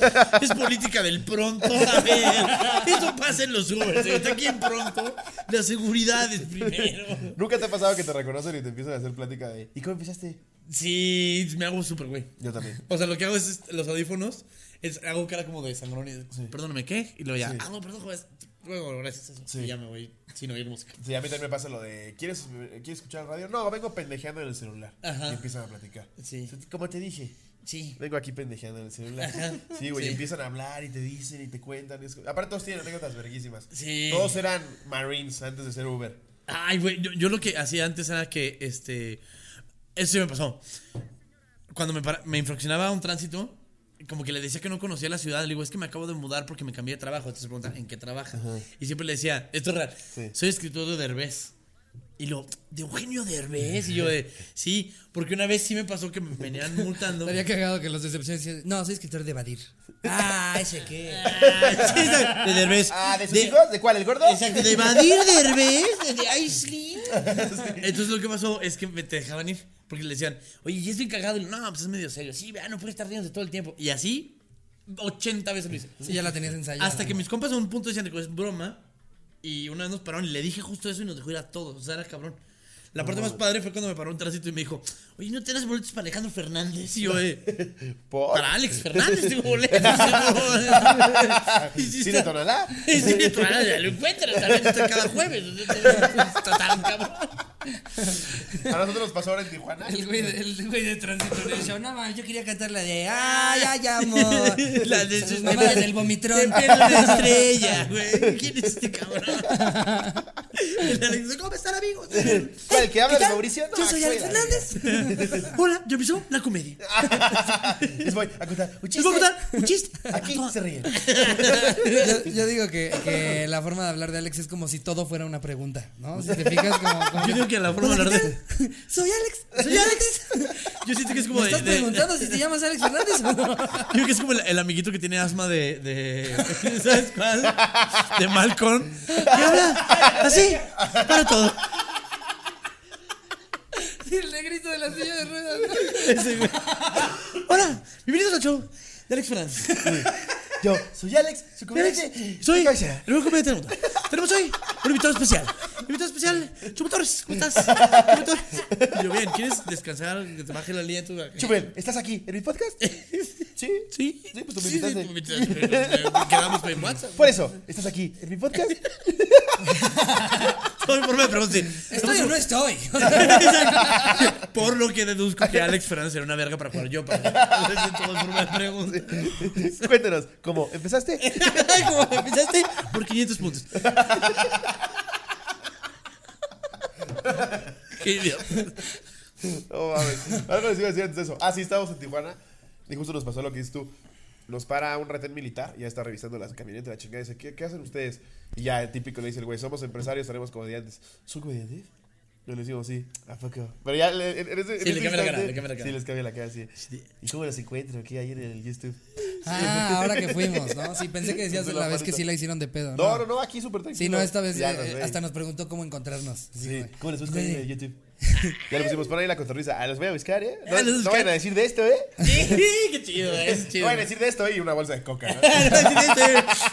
Speaker 1: Nada. Es política del pronto. A ver, eso pasa en los Uber. Está aquí en pronto. La seguridad es primero.
Speaker 3: ¿Nunca te ha pasado que te reconocen y te empiezan a hacer plática de ¿Y cómo empezaste?
Speaker 1: Sí, me hago súper güey.
Speaker 3: Yo también.
Speaker 1: O sea, lo que hago es este, los audífonos, es, hago cara como de sangrón y de, perdóname, ¿qué? Y luego ya, ah, no, perdón, joder, luego, gracias. Eso.
Speaker 3: Sí.
Speaker 1: Y ya me voy sin oír música.
Speaker 3: Sí, a mí también me pasa lo de ¿Quieres, ¿quieres escuchar radio? No, vengo pendejeando en el celular.
Speaker 1: Ajá.
Speaker 3: Y empiezan a platicar.
Speaker 1: Sí.
Speaker 3: Como te dije,
Speaker 1: Sí.
Speaker 3: vengo aquí pendejeando en el celular.
Speaker 1: Ajá.
Speaker 3: Sí, güey, y
Speaker 1: Sí.
Speaker 3: empiezan a hablar y te dicen y te cuentan. y es- Aparte todos tienen anécdotas verguísimas.
Speaker 1: Sí.
Speaker 3: Todos eran Marines antes de ser Uber.
Speaker 1: Ay, güey, yo, yo lo que hacía antes era que, este, eso sí me pasó. Cuando me, para- me infraccionaba un tránsito, como que le decía que no conocía la ciudad, le digo, es que me acabo de mudar porque me cambié de trabajo. Entonces me preguntan, ¿en qué trabaja? Y siempre le decía, esto es real, soy escritor de Derbez. Y lo, de Eugenio Derbez. Y yo de, sí, porque una vez sí me pasó que me venían multando.
Speaker 2: Estaría cagado que los decepciones decían, no, soy escritor de Evadir. Ah, ese qué.
Speaker 1: Ah, sí, exacto, de Derbez.
Speaker 3: Ah, ¿de sus
Speaker 1: De-
Speaker 3: hijos? ¿De cuál? ¿El gordo?
Speaker 1: Exacto, de Badir Derbez, de Iceland. Entonces lo que pasó es que me te dejaban ir porque le decían, oye, ¿y es bien cagado? Y yo, no, pues es medio serio. Sí, vea, no puede estar riéndose todo el tiempo. Y así, 80 veces lo hice.
Speaker 2: Sí, ya la tenías ensayada.
Speaker 1: Hasta que mis compas a un punto decían que es broma. Y una vez nos pararon y le dije justo eso y nos dejó ir a todos. O sea, era cabrón. La parte más padre fue cuando me paró un tránsito y me dijo, oye, ¿no tenés boletos para Alejandro Fernández? Y yo, eh,
Speaker 3: ¿Por?
Speaker 1: para Alex Fernández tengo boletos. Y sí
Speaker 3: ¿Sí de
Speaker 1: está-
Speaker 3: Tonalá?
Speaker 1: Sí, sí, tú, ah, ya lo encuentras, tal vez está cada jueves. Está tan cabrón.
Speaker 3: A nosotros nos pasó ahora en Tijuana.
Speaker 2: El güey, de, el güey de tránsito le dijo, no mames, yo quería cantar la de Ay, ay, amor.
Speaker 1: La de
Speaker 2: sus
Speaker 1: sus
Speaker 2: mamás
Speaker 1: mamás.
Speaker 2: del vomitrón.
Speaker 1: Te pierdo una estrella, güey. ¿Quién es este cabrón? El Alex, ¿cómo están, amigos?
Speaker 3: ¿Cuál? ¿El que habla
Speaker 2: ¿Qué
Speaker 3: de
Speaker 2: tal?
Speaker 3: Mauricio? Ah, No,
Speaker 2: Yo soy Alex
Speaker 3: acuérdate.
Speaker 2: Fernández.
Speaker 1: Hola, yo piso la comedia.
Speaker 2: Ah,
Speaker 3: Les voy a contar un
Speaker 1: Les
Speaker 3: chiste.
Speaker 1: voy a contar un chiste.
Speaker 3: Aquí se ríen.
Speaker 2: Yo, yo digo que, que la forma de hablar de Alex es como si todo fuera una pregunta, ¿no? Si te fijas, como. como-
Speaker 1: Yo digo que la forma de
Speaker 2: Hola,
Speaker 1: hablar
Speaker 2: ¿qué
Speaker 1: de-
Speaker 2: tal? Soy Alex. Soy Alex.
Speaker 1: Yo siento que es como
Speaker 2: ¿Me
Speaker 1: de.
Speaker 2: estás
Speaker 1: de-
Speaker 2: preguntando si te llamas Alex Fernández o no?
Speaker 1: Yo creo que es como el, el amiguito que tiene asma de, de- ¿Sabes cuál? De Malcolm. Y habla así, para todo.
Speaker 2: El negrito de la silla de ruedas. ¿no?
Speaker 1: Ese güey. Hola, bienvenidos al show de Alex Fernández.
Speaker 3: Yo soy Alex, su comediante.
Speaker 1: Soy
Speaker 3: Pues, ¿Qué pasa?
Speaker 1: el nuevo comediante del mundo. Tenemos hoy un invitado especial. Invitado especial, Chupo Torres. ¿Cómo estás? Chupo Torres. Y yo, bien, ¿quieres descansar? Que te baje la línea tú.
Speaker 3: Chupel, ¿estás aquí en mi podcast? Sí.
Speaker 1: Sí,
Speaker 3: Sí, pues tú me
Speaker 1: sí,
Speaker 3: invitaste.
Speaker 1: sí, me invitaste. Quedamos en WhatsApp.
Speaker 3: Por eso, ¿estás aquí en mi podcast?
Speaker 1: Por favor, me pregunté.
Speaker 2: ¿Estoy o no estoy?
Speaker 1: Exacto. Por lo que deduzco que Alex Fernández era una verga para jugar yo. Para... Entonces, de todas formas, pregunto.
Speaker 3: Cuéntanos, ¿cómo empezaste?
Speaker 1: Como me empezaste por 500 puntos. Qué idiota.
Speaker 3: No mames. Algo les iba a decir antes de eso. Ah, sí, estábamos en Tijuana y justo nos pasó lo que dices tú. Nos para un retén militar, ya está revisando las camionetas, la chingada, y dice, ¿qué, qué hacen ustedes? Y ya el típico le dice el güey, somos empresarios, tenemos comediantes. ¿Son comediantes? No les digo, sí, ¿a poco? Pero ya, le- en, en ese, en
Speaker 1: Sí, le
Speaker 3: ese
Speaker 1: cambia la cara,
Speaker 3: instante-
Speaker 1: le cambia la cara.
Speaker 3: Sí, les cambia la cara, sí. ¿Y cómo los encuentro aquí ayer en el YouTube?
Speaker 2: Ah, ahora que fuimos, ¿no? Sí, pensé que decías
Speaker 3: De la
Speaker 2: la vez que
Speaker 3: paleta.
Speaker 2: sí la hicieron de pedo.
Speaker 3: No, no, no, aquí súper tranquilo.
Speaker 2: Sí, no, esta vez
Speaker 3: Ya
Speaker 2: eh,
Speaker 3: nos ve.
Speaker 2: hasta nos preguntó cómo encontrarnos. Sí,
Speaker 3: Sí,
Speaker 2: güey.
Speaker 3: ¿cómo les busco
Speaker 2: Sí.
Speaker 3: en YouTube? Ya le pusimos, pon ahí la cotorriza. Ah, los voy a buscar, ¿eh? No,
Speaker 1: Ah, los
Speaker 3: no
Speaker 1: buscar.
Speaker 3: vayan a decir de esto, ¿eh?
Speaker 1: Sí, qué chido, es
Speaker 3: No
Speaker 1: chido.
Speaker 3: vayan a decir de esto, ¿eh? Y una bolsa de coca, ¿no?
Speaker 1: No, sí, sí, sí.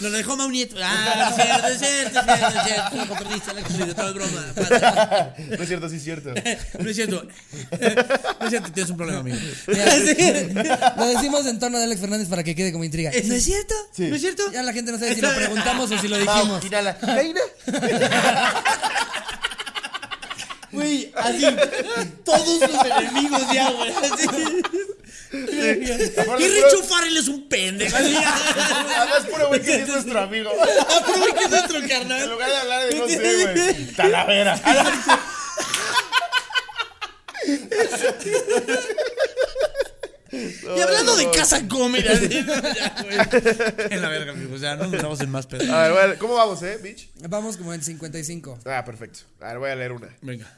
Speaker 1: Lo dejó Maunieto. Ah, es cierto, es cierto, es cierto, es cierto. La comprendiste, la comprendiste, todo es broma. pasa.
Speaker 3: No es cierto, sí es cierto.
Speaker 1: No es cierto. No es cierto, tienes un problema, amigo.
Speaker 2: Lo decimos en torno de Alex Fernández para que quede como intriga.
Speaker 1: ¿No es cierto? ¿No es cierto?
Speaker 2: Ya la gente no sabe si lo preguntamos o si lo dijimos.
Speaker 7: Tírala. Reina.
Speaker 1: Güey, así. Ah, Todos los enemigos ya, güey. Así.
Speaker 3: Aparte,
Speaker 1: Y Richo Farrell es un pendejo. así.
Speaker 3: Además, puro güey que sí es nuestro amigo.
Speaker 1: Ah, pero güey, que es nuestro
Speaker 3: En
Speaker 1: carnal.
Speaker 3: lugar de hablar de no sé, güey. Talavera.
Speaker 1: Y hablando de casa comer. así, ya, güey. En la verga, amigos. Ya no nos damos en más pedo.
Speaker 3: A ver, bueno, ¿cómo vamos, eh, bitch?
Speaker 2: Vamos como en 55.
Speaker 3: Ah, perfecto. A ver, voy a leer una.
Speaker 1: Venga.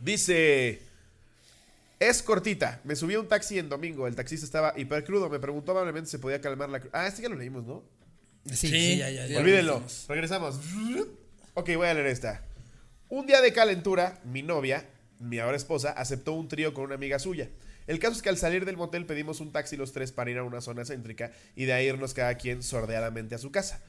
Speaker 3: Dice. Es cortita. Me subí a un taxi en domingo. El taxista estaba hiper crudo. Me preguntó amablemente si se podía calmar la cru- Ah, este ya lo leímos, ¿no?
Speaker 2: Sí, sí, ya, ya. ya.
Speaker 3: Olvídenlo. Regresamos. Ok, voy a leer esta. Un día de calentura, mi novia, mi ahora esposa, aceptó un trío con una amiga suya. El caso es que al salir del motel pedimos un taxi los tres para ir a una zona céntrica y de ahí irnos cada quien sordeadamente a su casa.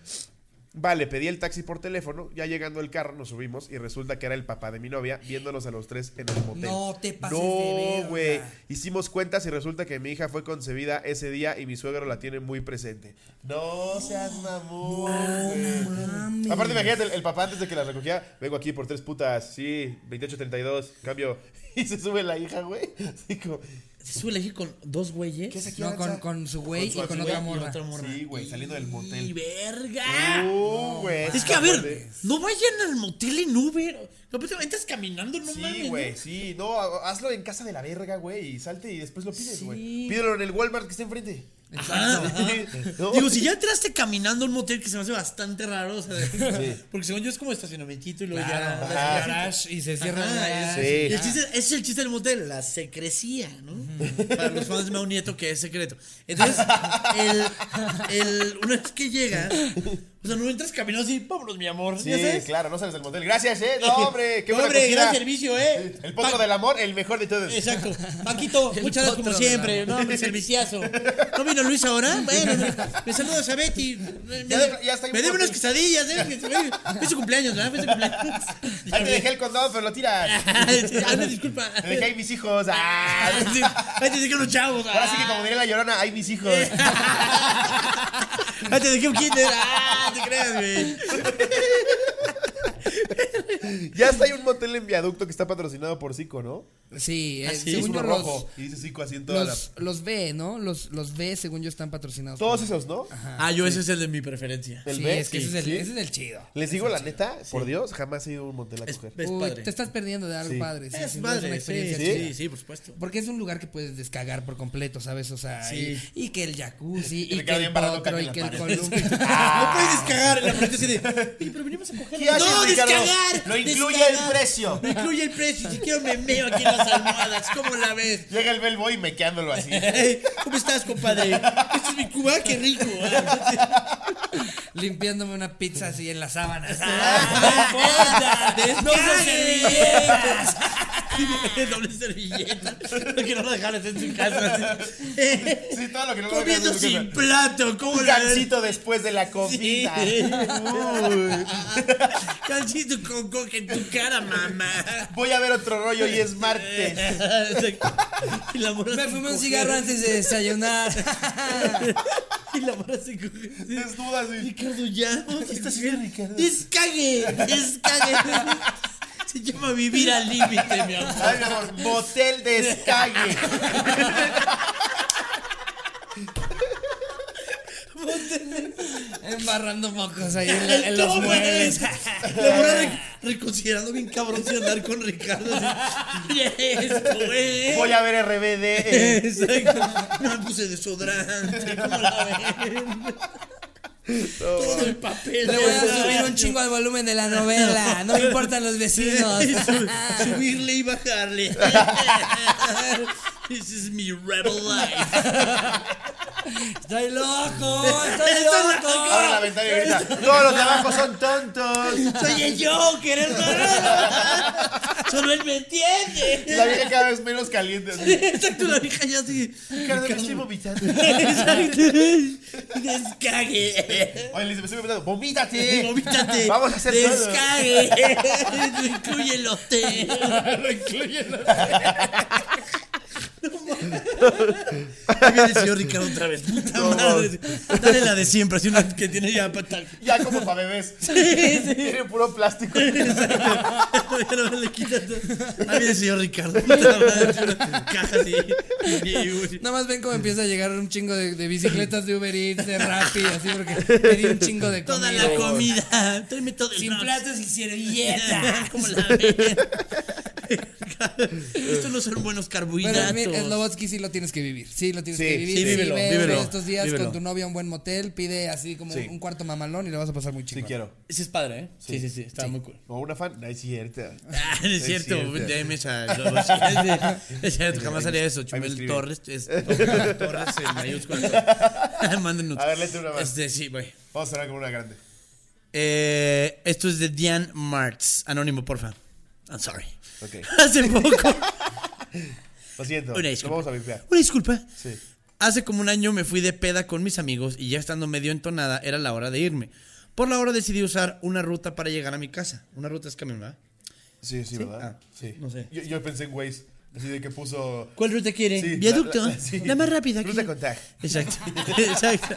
Speaker 3: Vale, pedí el taxi por teléfono, ya llegando el carro nos subimos y resulta que era el papá de mi novia viéndonos a los tres en el motel.
Speaker 2: No te pases de
Speaker 3: No,
Speaker 2: verga.
Speaker 3: güey. Hicimos cuentas y resulta que mi hija fue concebida ese día y mi suegro la tiene muy presente. No seas mamón. güey.
Speaker 2: Mames.
Speaker 3: Aparte, imagínate, el, el papá antes de que la recogía, vengo aquí por tres putas, sí, 28-32, cambio. Y se sube la hija, güey. Así como,
Speaker 1: Se sube a elegir con dos güeyes.
Speaker 3: ¿qué es aquí?
Speaker 2: No, con,
Speaker 3: Aranza?
Speaker 2: con su güey
Speaker 3: Con
Speaker 2: y
Speaker 3: su
Speaker 2: con
Speaker 3: güey
Speaker 2: otra
Speaker 3: y
Speaker 2: morra.
Speaker 3: Sí, güey, saliendo del
Speaker 1: ¡Y
Speaker 3: motel.
Speaker 2: Ah.
Speaker 1: verga!
Speaker 3: Uh, güey.
Speaker 1: Es que, a ver, no vayan al motel en Uber. No, pues te metes caminando, no mames.
Speaker 3: Sí,
Speaker 1: ¿no?
Speaker 3: güey, sí. No, hazlo en casa de la verga, güey. Y salte y después lo pides,
Speaker 2: Sí.
Speaker 3: güey. Pídelo en el Walmart que está enfrente.
Speaker 1: Ajá, ajá.
Speaker 3: No.
Speaker 1: Digo, si ya entraste caminando a un motel que se me hace bastante raro, o sea, porque según yo es como estacionamentito y luego
Speaker 2: Claro,
Speaker 1: ya.
Speaker 2: das garage y se cierra el
Speaker 1: Ajá,
Speaker 2: garage.
Speaker 1: y
Speaker 3: Sí.
Speaker 1: el chiste- ese es el chiste del motel, la secrecía, ¿no? Para los fans de Mau Nieto, que es secreto. Entonces, el, el- una vez que llegas, pues, o sea, no entras caminando así, vámonos, mi amor.
Speaker 3: Sí,
Speaker 1: ¿ya sabes?
Speaker 3: claro, no sales del motel. Gracias, eh. No, hombre, qué
Speaker 1: No,
Speaker 3: buena
Speaker 1: hombre,
Speaker 3: acogida.
Speaker 1: gran servicio, eh.
Speaker 3: El potro del amor, el mejor de todos.
Speaker 1: Exacto. Paquito,
Speaker 2: El
Speaker 1: muchas gracias
Speaker 2: potro
Speaker 1: como
Speaker 2: de la
Speaker 1: siempre. No, hombre, serviciazo. ¿No vino Luis ahora? Bueno, me, me saludas a Betty. Me,
Speaker 3: de- ya está ahí
Speaker 1: me debe
Speaker 3: por
Speaker 1: unas
Speaker 3: ti.
Speaker 1: quesadillas, ¿eh? Fue su cumpleaños, ¿verdad? Fue su cumpleaños.
Speaker 3: Ahí te dejé el condón, pero lo tiras.
Speaker 1: Ah, no, disculpa.
Speaker 3: Te dejé ahí mis hijos. Ah.
Speaker 1: Sí, Ahí te dejé unos chavos. ah.
Speaker 3: Ahora sí que como diría la llorona, hay mis hijos.
Speaker 1: Ahí te dejé un kinder. Ah, te creas, güey.
Speaker 3: Ya está ahí un motel en viaducto que está patrocinado por Zico, ¿no?
Speaker 2: Sí, eh,
Speaker 1: sí,
Speaker 3: Y es
Speaker 2: según yo
Speaker 3: uno
Speaker 2: los,
Speaker 3: rojo. Y dice Zico así en toda la.
Speaker 2: los, los B, ¿no? Los, los B, según yo, están patrocinados. por-
Speaker 3: Todos esos, ¿no?
Speaker 1: Ah, yo ese es el de mi preferencia.
Speaker 3: El
Speaker 2: Sí,
Speaker 3: B,
Speaker 2: es que
Speaker 3: sí,
Speaker 2: ese, es el,
Speaker 3: sí.
Speaker 2: ese es el chido.
Speaker 3: Les digo la neta, por Dios, jamás he ido a un motel a
Speaker 1: Es,
Speaker 3: coger.
Speaker 1: es
Speaker 2: Uy,
Speaker 1: padre.
Speaker 2: te estás perdiendo de algo
Speaker 3: Sí.
Speaker 2: padre. sí,
Speaker 1: Es
Speaker 2: sin duda es una
Speaker 1: padre, sí,
Speaker 2: experiencia
Speaker 1: sí,
Speaker 2: chida.
Speaker 1: sí, sí, por supuesto.
Speaker 2: Porque es un lugar que puedes descargar por completo, ¿sabes? O sea,
Speaker 1: Sí.
Speaker 2: y, y que el jacuzzi,
Speaker 3: te
Speaker 2: y, que
Speaker 3: queda bien
Speaker 2: el
Speaker 3: parado
Speaker 2: potro,
Speaker 3: caca en
Speaker 2: y
Speaker 3: la
Speaker 2: que el
Speaker 3: pared.
Speaker 2: columpio.
Speaker 3: Ah.
Speaker 1: No puedes descagar en la frente así de. "Oye, Pero venimos a coger.
Speaker 3: ¿Qué haces,
Speaker 1: no,
Speaker 3: Ricardo?
Speaker 1: descagar.
Speaker 3: Lo incluye
Speaker 1: descagar.
Speaker 3: el precio.
Speaker 1: Lo incluye el precio. Si quiero me meo aquí en las almohadas. ¿Cómo la ves?
Speaker 3: Llega el bellboy mequeándolo así.
Speaker 1: Ey, ¿Cómo estás, compadre? Este es mi Cuba, qué rico. ah.
Speaker 2: limpiándome una pizza así en las sábanas.
Speaker 1: Ah, ¡No usas servilletas! Doble servilleta. Porque no lo dejaras en su casa. así. Eh,
Speaker 3: Sí, todo lo que no lo
Speaker 1: Comiendo
Speaker 3: dejas en su
Speaker 1: sin
Speaker 3: casa.
Speaker 1: plato. ¿Cómo
Speaker 3: Un
Speaker 1: la ves?
Speaker 3: gancito después de la comida.
Speaker 1: Sí.
Speaker 3: Uy.
Speaker 1: Calcito con coca en tu cara, mamá.
Speaker 3: Voy a ver otro rollo y es martes.
Speaker 1: y la mora
Speaker 2: Me
Speaker 1: sin
Speaker 2: fumé un
Speaker 1: coger.
Speaker 2: cigarro antes de desayunar.
Speaker 1: Y la mora se coge. Sí.
Speaker 3: Es duda, sí.
Speaker 1: Ricardo, ya. vamos a
Speaker 3: Estás
Speaker 1: coger.
Speaker 3: bien, Ricardo.
Speaker 1: Descague, descague. Se llama vivir al límite, mi amor.
Speaker 3: Ay, mi amor, motel descague.
Speaker 2: Embarrando mocos ahí en, la- en
Speaker 1: No,
Speaker 2: los
Speaker 1: güey.
Speaker 2: muebles.
Speaker 1: La mora re- reconsiderando bien cabrón si andar con Ricardo. así. Oye, esto, güey.
Speaker 3: Voy a ver RBD.
Speaker 1: Exacto. No me puse desodorante. ¿Cómo la ven? Todo el papel.
Speaker 2: Le voy a
Speaker 1: ¿verdad?
Speaker 2: subir un chingo al volumen de la novela. No me importan los vecinos.
Speaker 1: Y su- subirle y bajarle. This is my rebel life.
Speaker 2: ¡Estoy loco! ¡Estoy
Speaker 3: Abre
Speaker 2: loco!
Speaker 3: la ventana y grita. Todos los de abajo son tontos.
Speaker 1: Soy el Joker, hermano. Solo él me entiende.
Speaker 3: La vieja cada vez menos caliente. así.
Speaker 1: Exacto, la vieja ya así.
Speaker 3: Ricardo, me estoy vomitando.
Speaker 1: Exacto. Descague.
Speaker 3: Oye, le dice, me estoy vomitando. ¡Vomítate!
Speaker 1: Vovítate.
Speaker 3: Vamos a hacer todo.
Speaker 1: Descague. Lo incluye el hotel.
Speaker 2: Lo incluyen.
Speaker 1: Ahí viene el señor Ricardo otra vez. Puta madre. Dale la de siempre, así una que tiene ya patal.
Speaker 3: Ya como para bebés.
Speaker 1: Sí, sí.
Speaker 3: Tiene puro plástico.
Speaker 1: Exacto. Ya no le quitas. Ahí viene el señor Ricardo. Puta madre, es una caja así. Y, uy.
Speaker 2: Nada más ven cómo empieza a llegar un chingo de, de bicicletas de Uber Eats, de Rappi, así porque pedí un chingo de
Speaker 1: Toda
Speaker 2: comida.
Speaker 1: la comida. Tráeme todo el
Speaker 2: Sin
Speaker 1: rap.
Speaker 2: platos y servilletas.
Speaker 1: Como la ven. Estos no son buenos
Speaker 2: Pero
Speaker 1: carbohidratos.
Speaker 2: mira, Slobotsky sí lo tienes que vivir. Sí, lo tienes
Speaker 3: Sí,
Speaker 2: que vivir.
Speaker 1: sí,
Speaker 2: Sí,
Speaker 1: vívelo,
Speaker 2: ve
Speaker 1: vívelo,
Speaker 2: Estos días
Speaker 1: vívelo.
Speaker 2: con tu novia a un buen motel, pide así como
Speaker 3: Sí.
Speaker 2: un cuarto mamalón y le vas a pasar muy
Speaker 3: Sí
Speaker 2: chingón.
Speaker 3: quiero.
Speaker 1: Ese es padre, ¿eh? Sí, sí, sí. Está muy cool.
Speaker 3: ¿O una fan? No es cierto.
Speaker 1: Ah, no es
Speaker 3: Es
Speaker 1: cierto,
Speaker 3: cierto.
Speaker 1: DM esa. Slobotsky. Es cierto, jamás haría eso. Chumel
Speaker 3: escribe.
Speaker 1: Torres. Es, Torres en mayúsculas. Mándenos.
Speaker 3: A ver, léete una más.
Speaker 1: Este, sí, voy.
Speaker 3: Vamos a cerrar con una grande.
Speaker 1: Eh, esto es de Diane Martz. Anónimo, porfa. I'm sorry.
Speaker 3: Ok.
Speaker 1: Hace poco.
Speaker 3: Lo siento.
Speaker 1: Una
Speaker 3: Lo
Speaker 1: disculpa.
Speaker 3: vamos a limpiar.
Speaker 1: Una disculpa.
Speaker 3: Sí.
Speaker 1: Hace como un año me fui de peda con mis amigos y ya estando medio entonada era la hora de irme. Por la hora decidí usar una ruta para llegar a mi casa. Una ruta es camión, ¿verdad?
Speaker 3: Sí, sí, ¿verdad?
Speaker 1: Ah,
Speaker 3: sí.
Speaker 1: no sé.
Speaker 3: Yo, yo pensé en Waze. Así de que puso.
Speaker 1: ¿Cuál ruta quiere?
Speaker 3: Sí,
Speaker 1: Viaducto. La,
Speaker 3: sí.
Speaker 1: más rápida.
Speaker 3: Ruta
Speaker 1: que-
Speaker 3: con tag.
Speaker 1: Exacto. Exacto.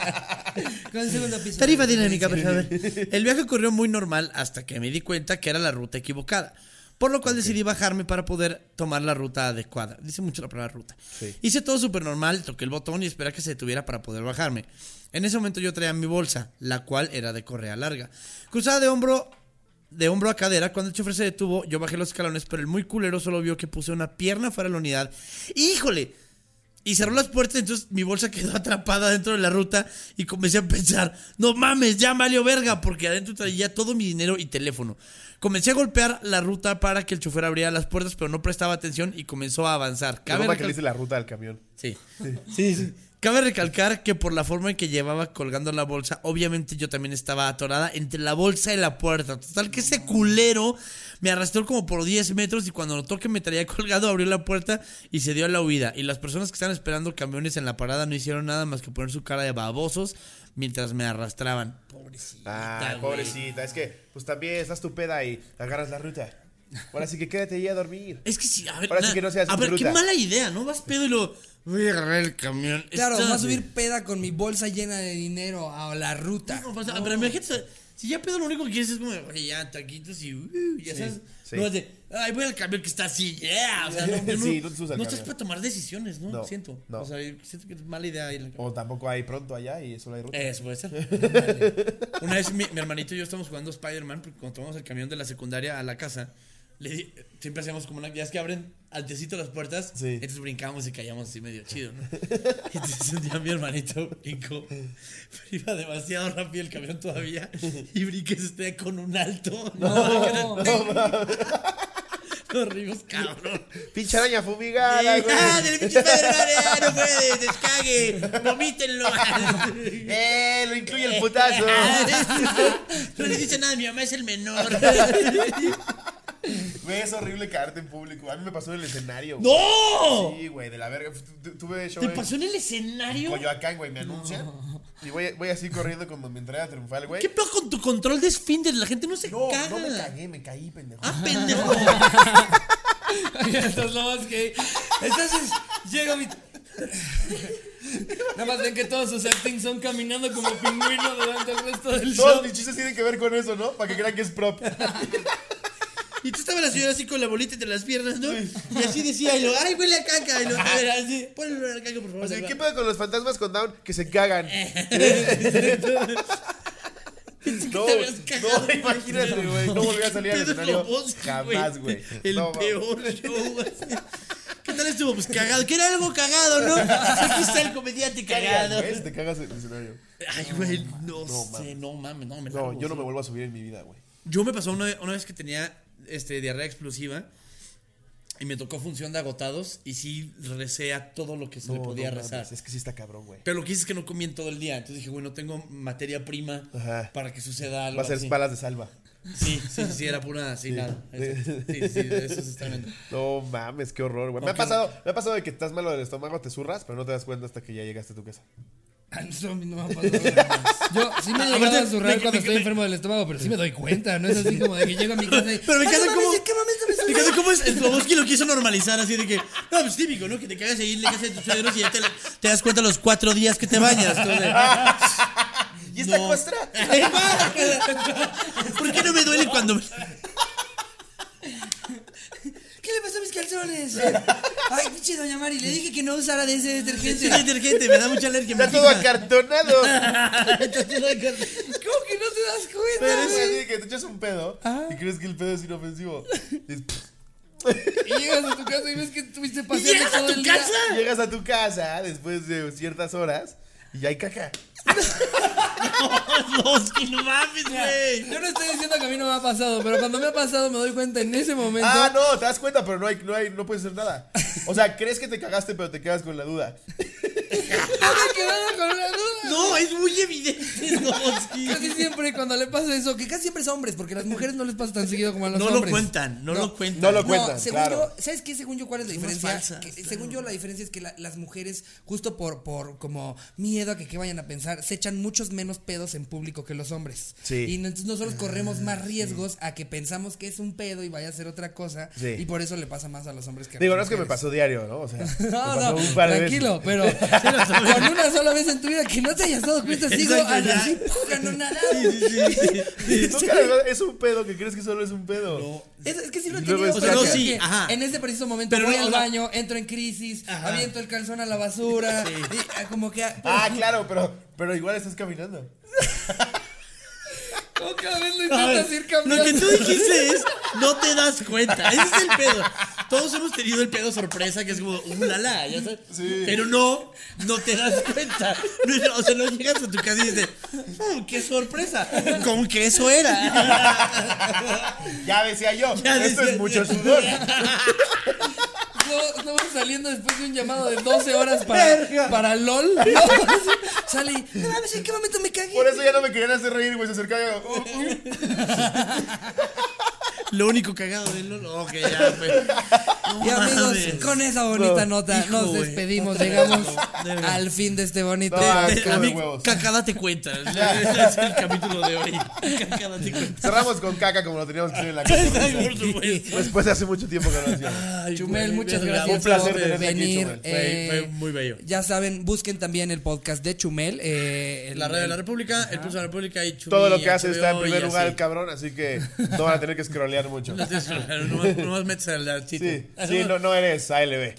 Speaker 2: Con el segundo piso.
Speaker 1: Tarifa dinámica, por favor. El viaje corrió muy normal hasta que me di cuenta que era la ruta equivocada. Por lo cual decidí bajarme para poder tomar la ruta adecuada. Dice mucho la palabra ruta. Hice todo súper normal, toqué el botón y esperé a que se detuviera para poder bajarme. En ese momento yo traía mi bolsa, la cual era de correa larga. Cruzada de hombro de hombro a cadera, cuando el chofer se detuvo, yo bajé los escalones, pero el muy culero solo vio que puse una pierna fuera de la unidad. ¡Híjole! Y cerró las puertas, entonces mi bolsa quedó atrapada dentro de la ruta y comencé a pensar, no mames, ya valió verga, porque adentro traía todo mi dinero y teléfono. Comencé a golpear la ruta para que el chofer abriera las puertas, pero no prestaba atención y comenzó a avanzar.
Speaker 3: La
Speaker 1: Cabe
Speaker 3: ropa que le
Speaker 1: recal-
Speaker 3: hice la ruta del camión.
Speaker 1: Sí. Sí, sí. Cabe recalcar que por la forma en que llevaba colgando la bolsa, obviamente yo también estaba atorada entre la bolsa y la puerta. Total que ese culero me arrastró como por 10 metros y cuando notó que me traía colgado abrió la puerta y se dio a la huida. Y las personas que estaban esperando camiones en la parada no hicieron nada más que poner su cara de babosos mientras me arrastraban.
Speaker 3: Ah,
Speaker 1: güey.
Speaker 3: pobrecita. Es que, pues también estás tu peda y agarras la ruta. Ahora sí que quédate ahí a dormir.
Speaker 1: Es que sí, a ver,
Speaker 3: Ahora sí
Speaker 1: na-
Speaker 3: que no seas
Speaker 1: a ver qué
Speaker 3: bruta.
Speaker 1: mala idea, ¿no? Vas pedo y lo... Voy a agarrar el camión.
Speaker 2: Claro,
Speaker 1: Está-
Speaker 2: va a subir peda con mi bolsa llena de dinero a la ruta.
Speaker 1: No, pasa- Pero imagínate, si ya pedo lo único que quieres es como, oye, ya, taquitos y, uh, ya sabes.
Speaker 3: sí.
Speaker 1: No, es de, ay, voy al camión que está así, yeah. O sea, no, no,
Speaker 3: Sí, no te subas al
Speaker 1: no estás
Speaker 3: camión.
Speaker 1: para tomar decisiones, ¿no?
Speaker 3: No,
Speaker 1: siento.
Speaker 3: no.
Speaker 1: O sea, siento que es mala idea ir al camión.
Speaker 3: O tampoco hay pronto allá y solo hay ruta.
Speaker 1: Eso Eh, puede ser. Una vez mi, mi hermanito y yo estamos jugando Spider-Man porque cuando tomamos el camión de la secundaria a la casa, le di- siempre hacíamos como una. Ya es que abren altecito las puertas,
Speaker 3: Sí.
Speaker 1: entonces brincamos y caíamos así medio chido, ¿no? Entonces un día mi hermanito brincó, pero iba demasiado rápido el camión todavía y brinqué usted con un alto. No, nos rimos, cabrón.
Speaker 3: Pinche araña fumigada, güey.
Speaker 1: ¡Ah, del pinche Spider-Man! ah, ¡No puede! ¡Descague! ¡Vomítenlo!
Speaker 3: ¡Eh! Lo incluye el putazo.
Speaker 1: Ah, No les dice nada, mi mamá es el menor.
Speaker 3: Güey, es horrible caerte en público. A mí me pasó en el escenario. güey.
Speaker 1: ¡No!
Speaker 3: Sí, güey, de la verga. Tu- tu- Tuve show
Speaker 1: ¿Te
Speaker 3: en
Speaker 1: pasó en el escenario?
Speaker 3: Coyoacán, güey, me anuncian. Y voy, voy así corriendo cuando me entrega triunfal, güey.
Speaker 1: ¿Qué pedo con tu control de esfínter? La gente no se
Speaker 3: No,
Speaker 1: caga.
Speaker 3: no me cagué, me caí, pendejo.
Speaker 1: ¡Ah, pendejo!
Speaker 2: Entonces, lo más que- Entonces, llego mi. Nada más ven que todos sus actings son caminando como pingüino durante el resto del
Speaker 3: Todos
Speaker 2: show.
Speaker 3: mis chistes tienen que ver con eso, ¿no? Para que crean que es prop.
Speaker 1: Y tú estaba la señora así con la bolita entre las piernas, ¿no? Y así decía, y lo, ¡ay, huele a caca! Y lo, a ver, así, ponle a la caca, por favor.
Speaker 3: O sea,
Speaker 1: Salva.
Speaker 3: ¿qué pedo con los fantasmas con Down? Que se cagan. No,
Speaker 1: te habías cagado.
Speaker 3: no, imagínate, güey. No volví a salir al
Speaker 1: Pedro
Speaker 3: escenario.
Speaker 1: Loboski,
Speaker 3: Jamás, güey.
Speaker 1: El
Speaker 3: No,
Speaker 1: peor show. así. ¿Qué tal estuvo? Pues cagado. Que era algo cagado, ¿no? Aquí está el comediante
Speaker 3: Cagado.
Speaker 1: cagado.
Speaker 3: Te cagas en el escenario.
Speaker 1: Ay, güey, no, sé, no mames, no me
Speaker 3: No,
Speaker 1: largo,
Speaker 3: yo no
Speaker 1: sí.
Speaker 3: me vuelvo a subir en mi vida, güey.
Speaker 1: Yo me pasó una, una vez que tenía este, diarrea explosiva y me tocó función de agotados y sí recé a todo lo que se le
Speaker 3: No,
Speaker 1: podía
Speaker 3: no mames,
Speaker 1: rezar.
Speaker 3: Es que sí está cabrón, güey.
Speaker 1: Pero lo que hice es que no comí en todo el día. Entonces dije, güey, no tengo materia prima
Speaker 3: Ajá.
Speaker 1: para que suceda algo.
Speaker 3: Va a ser
Speaker 1: así.
Speaker 3: balas de salva.
Speaker 1: Sí, sí, sí, era pura sin nada. Eso. Sí, sí, eso es tremendo.
Speaker 4: No mames, qué horror, güey. Me, ha pasado, me ha pasado de que estás malo del estómago, te zurras, pero no te das cuenta hasta que ya llegaste a tu casa.
Speaker 2: Ah, no, a mí no me ha pasado. Yo sí me he llegado a zurrar cuando estoy enfermo del estómago, pero sí me doy cuenta, no es así como de que llego a mi casa y.
Speaker 1: Pero me
Speaker 2: "Ah,
Speaker 1: encanta
Speaker 2: no
Speaker 1: cómo-
Speaker 2: mames, ¿en qué momento me
Speaker 1: Me
Speaker 2: zurré?"
Speaker 1: encanta cómo es Sloboski lo quiso normalizar así de que. No, pues típico, ¿no? Que te cagas ahí en la casa de tus suegros y ya te, la- te das cuenta los cuatro días que te bañas. tú de-
Speaker 3: ¿Y esta
Speaker 1: No.
Speaker 3: costra?
Speaker 1: ¿Por qué no me duele cuando.? me-
Speaker 2: ¿Qué le pasó a mis calzones? Ay, pinche doña Mari, le dije que no usara de ese
Speaker 1: Sí,
Speaker 2: detergente.
Speaker 1: detergente, me da mucha alergia. me
Speaker 3: Está todo
Speaker 1: pica.
Speaker 3: acartonado.
Speaker 1: Está todo acar-
Speaker 2: ¿Cómo que no te das
Speaker 3: Pero
Speaker 2: cuenta?
Speaker 3: es
Speaker 2: güey?
Speaker 3: así que te echas un pedo y crees que el pedo es inofensivo. Y es-
Speaker 2: Y llegas a tu casa y ves que estuviste
Speaker 1: ¿Y
Speaker 2: paseando
Speaker 1: llegas a
Speaker 2: todo
Speaker 1: tu
Speaker 2: el día.
Speaker 1: casa?
Speaker 3: Llegas a tu casa después de ciertas horas y ya hay caca.
Speaker 1: Sloboski, no mames, güey.
Speaker 2: Yo no estoy diciendo que a mí no me ha pasado, pero cuando me ha pasado me doy cuenta en ese momento.
Speaker 3: Ah, no, te das cuenta, pero no hay, no hay, no puedes hacer nada. O sea, crees que te cagaste, pero te quedas con la duda.
Speaker 2: Me he quedado con la duda.
Speaker 1: No, es muy evidente, Sloboski.
Speaker 2: Casi siempre cuando le pasa eso, que casi siempre es a hombres, porque a las mujeres no les pasa tan seguido como a los
Speaker 1: No
Speaker 2: hombres.
Speaker 1: lo cuentan, no,
Speaker 2: No.
Speaker 1: lo cuentan.
Speaker 3: No lo cuentan.
Speaker 2: No, según
Speaker 3: claro.
Speaker 2: yo, ¿sabes qué? Según yo, ¿cuál es la
Speaker 1: Son más
Speaker 2: diferencia?
Speaker 1: falsas,
Speaker 2: Que,
Speaker 1: claro.
Speaker 2: Según yo, la diferencia es que la- las mujeres, justo por, por como miedo a que, qué vayan a pensar, se echan muchos menos pedos en público que los hombres.
Speaker 3: Sí.
Speaker 2: Y no- entonces nosotros corremos
Speaker 1: Ah,
Speaker 2: más riesgos a que pensamos que es un pedo y vaya a ser otra cosa.
Speaker 3: Sí.
Speaker 2: Y por eso le pasa más a los hombres que a
Speaker 3: Digo, no
Speaker 2: las
Speaker 3: es que me
Speaker 2: mujeres.
Speaker 3: pasó diario, ¿no? O sea, me pasó
Speaker 2: No, no,
Speaker 3: un par de
Speaker 2: tranquilo,
Speaker 3: veces.
Speaker 2: pero con una sola vez en tu vida que no te hayas dado cuenta, sigo
Speaker 1: Exacto, ya.
Speaker 2: así, no nada.
Speaker 1: Sí, sí, sí, sí.
Speaker 2: pues.
Speaker 3: Nunca le das- es un pedo que crees que solo es un pedo.
Speaker 2: Es, es que sí lo he
Speaker 3: Y luego
Speaker 2: tenido,
Speaker 3: es
Speaker 2: pero
Speaker 1: otra
Speaker 2: creo
Speaker 1: cosa.
Speaker 2: que
Speaker 1: Sí, ajá.
Speaker 2: en este preciso momento
Speaker 1: Pero
Speaker 2: voy
Speaker 1: no,
Speaker 2: al
Speaker 1: o sea-
Speaker 2: baño, entro en crisis,
Speaker 1: Ajá.
Speaker 2: aviento el calzón a la basura, y, ah, como que... ah,
Speaker 3: Ah, claro, pero, pero igual estás caminando.
Speaker 2: como cada vez lo
Speaker 1: A ver,
Speaker 2: intentas ir cambiando.
Speaker 1: Lo que tú dijiste es, no te das cuenta. Ese es el pedo. Todos hemos tenido el pedo sorpresa, que es como, uh, la, la, ya sabes. Pero no, no te das cuenta. No, no, o sea, no llegas a tu casa y dices, "Uh, qué sorpresa. Como que eso era.
Speaker 3: Ya decía yo,
Speaker 1: Ya
Speaker 3: esto
Speaker 1: decía-
Speaker 3: es mucho sudor.
Speaker 2: No, no vamos saliendo después de un llamado de 12 horas para,
Speaker 1: Verga.
Speaker 2: para LOL. No, así, sale y, no mames, ¿en qué momento me cagué?
Speaker 3: Por eso ya no me querían hacer reír, güey. Se acercaba y yo, "Uh, uh".
Speaker 1: Lo único cagado de Lolo. Ok, ya, pues. No
Speaker 2: Y amigos,
Speaker 1: mames.
Speaker 2: con esa bonita nota
Speaker 1: Hijo,
Speaker 2: nos
Speaker 1: güey.
Speaker 2: despedimos.
Speaker 1: Otra
Speaker 2: Llegamos
Speaker 1: vez, de verdad.
Speaker 2: al fin de este bonito
Speaker 3: No,
Speaker 2: podcast.
Speaker 3: es que-
Speaker 1: A mí,
Speaker 3: huevos.
Speaker 1: cacada te cuenta. Es el capítulo de hoy. Cacada te cuenta.
Speaker 3: Cerramos con caca como lo teníamos que hacer en la casa.
Speaker 1: Por supuesto.
Speaker 3: Después de hace mucho tiempo que no lo hacíamos.
Speaker 1: Ay,
Speaker 2: Chumel,
Speaker 1: güey,
Speaker 2: muchas
Speaker 1: verga,
Speaker 2: gracias
Speaker 1: Un placer
Speaker 2: por
Speaker 3: tenerte aquí,
Speaker 2: venir. eh,
Speaker 3: Chumel.
Speaker 1: Fue- fue muy bello.
Speaker 2: Ya saben, busquen también el podcast de Chumel. eh, el-
Speaker 1: La Radio de la
Speaker 2: el-
Speaker 1: República, el Pulso de la República y Chumi,
Speaker 3: Todo lo que hace
Speaker 1: HBO
Speaker 3: está en
Speaker 1: y
Speaker 3: primer lugar el
Speaker 1: así.
Speaker 3: cabrón, así que no van a tener que scrollear mucho.
Speaker 1: Nomás- Nomás metes al artito.
Speaker 3: Sí, sí, no, no eres ALB.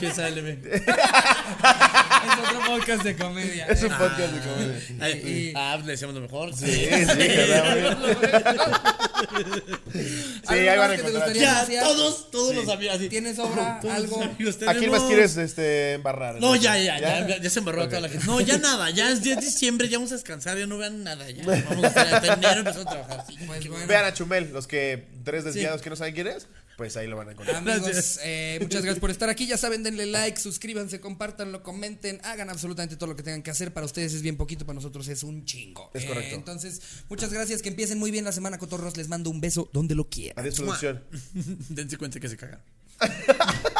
Speaker 1: Que sale, ve.
Speaker 2: Es otro podcast de comedia.
Speaker 3: Es un
Speaker 2: eh.
Speaker 3: podcast de comedia.
Speaker 1: Ay,
Speaker 2: Sí.
Speaker 1: Ah, le decíamos lo mejor.
Speaker 3: Sí, sí, cabrón.
Speaker 2: ¿Algo
Speaker 3: Sí, ahí van
Speaker 2: más
Speaker 3: a
Speaker 2: que te
Speaker 3: encontrar.
Speaker 2: gustaría
Speaker 1: Ya,
Speaker 2: anunciar?
Speaker 1: todos, todos los amigos. así.
Speaker 2: ¿Tienes obra,
Speaker 1: Todos los
Speaker 2: algo?
Speaker 1: amigos
Speaker 3: ¿A quién
Speaker 1: tenemos.
Speaker 3: más quieres este, embarrar?
Speaker 1: No, ya, ya, ya, ya, se embarró a toda la gente. No, ya nada, ya es 10 de diciembre, ya vamos a descansar, ya no vean nada, ya. Vamos a estar hasta enero empezamos a trabajar. sí.
Speaker 2: Pues bueno,
Speaker 3: Vean a Chumel, los que tres desviados que no saben quién es, pues ahí lo van a encontrar.
Speaker 2: Ah, Amigos, eh, muchas gracias por estar aquí. Ya saben, denle like, suscríbanse, compártanlo, comenten, hagan absolutamente todo lo que tengan que hacer. Para ustedes es bien poquito, para nosotros es un chingo.
Speaker 3: Es
Speaker 2: Eh,
Speaker 3: correcto.
Speaker 2: entonces, muchas gracias. Que empiecen muy bien la semana,
Speaker 1: Ah,
Speaker 2: cotorros. Les mando un beso donde lo quieran.
Speaker 3: Adiós, producción.
Speaker 1: Dense cuenta que se cagan.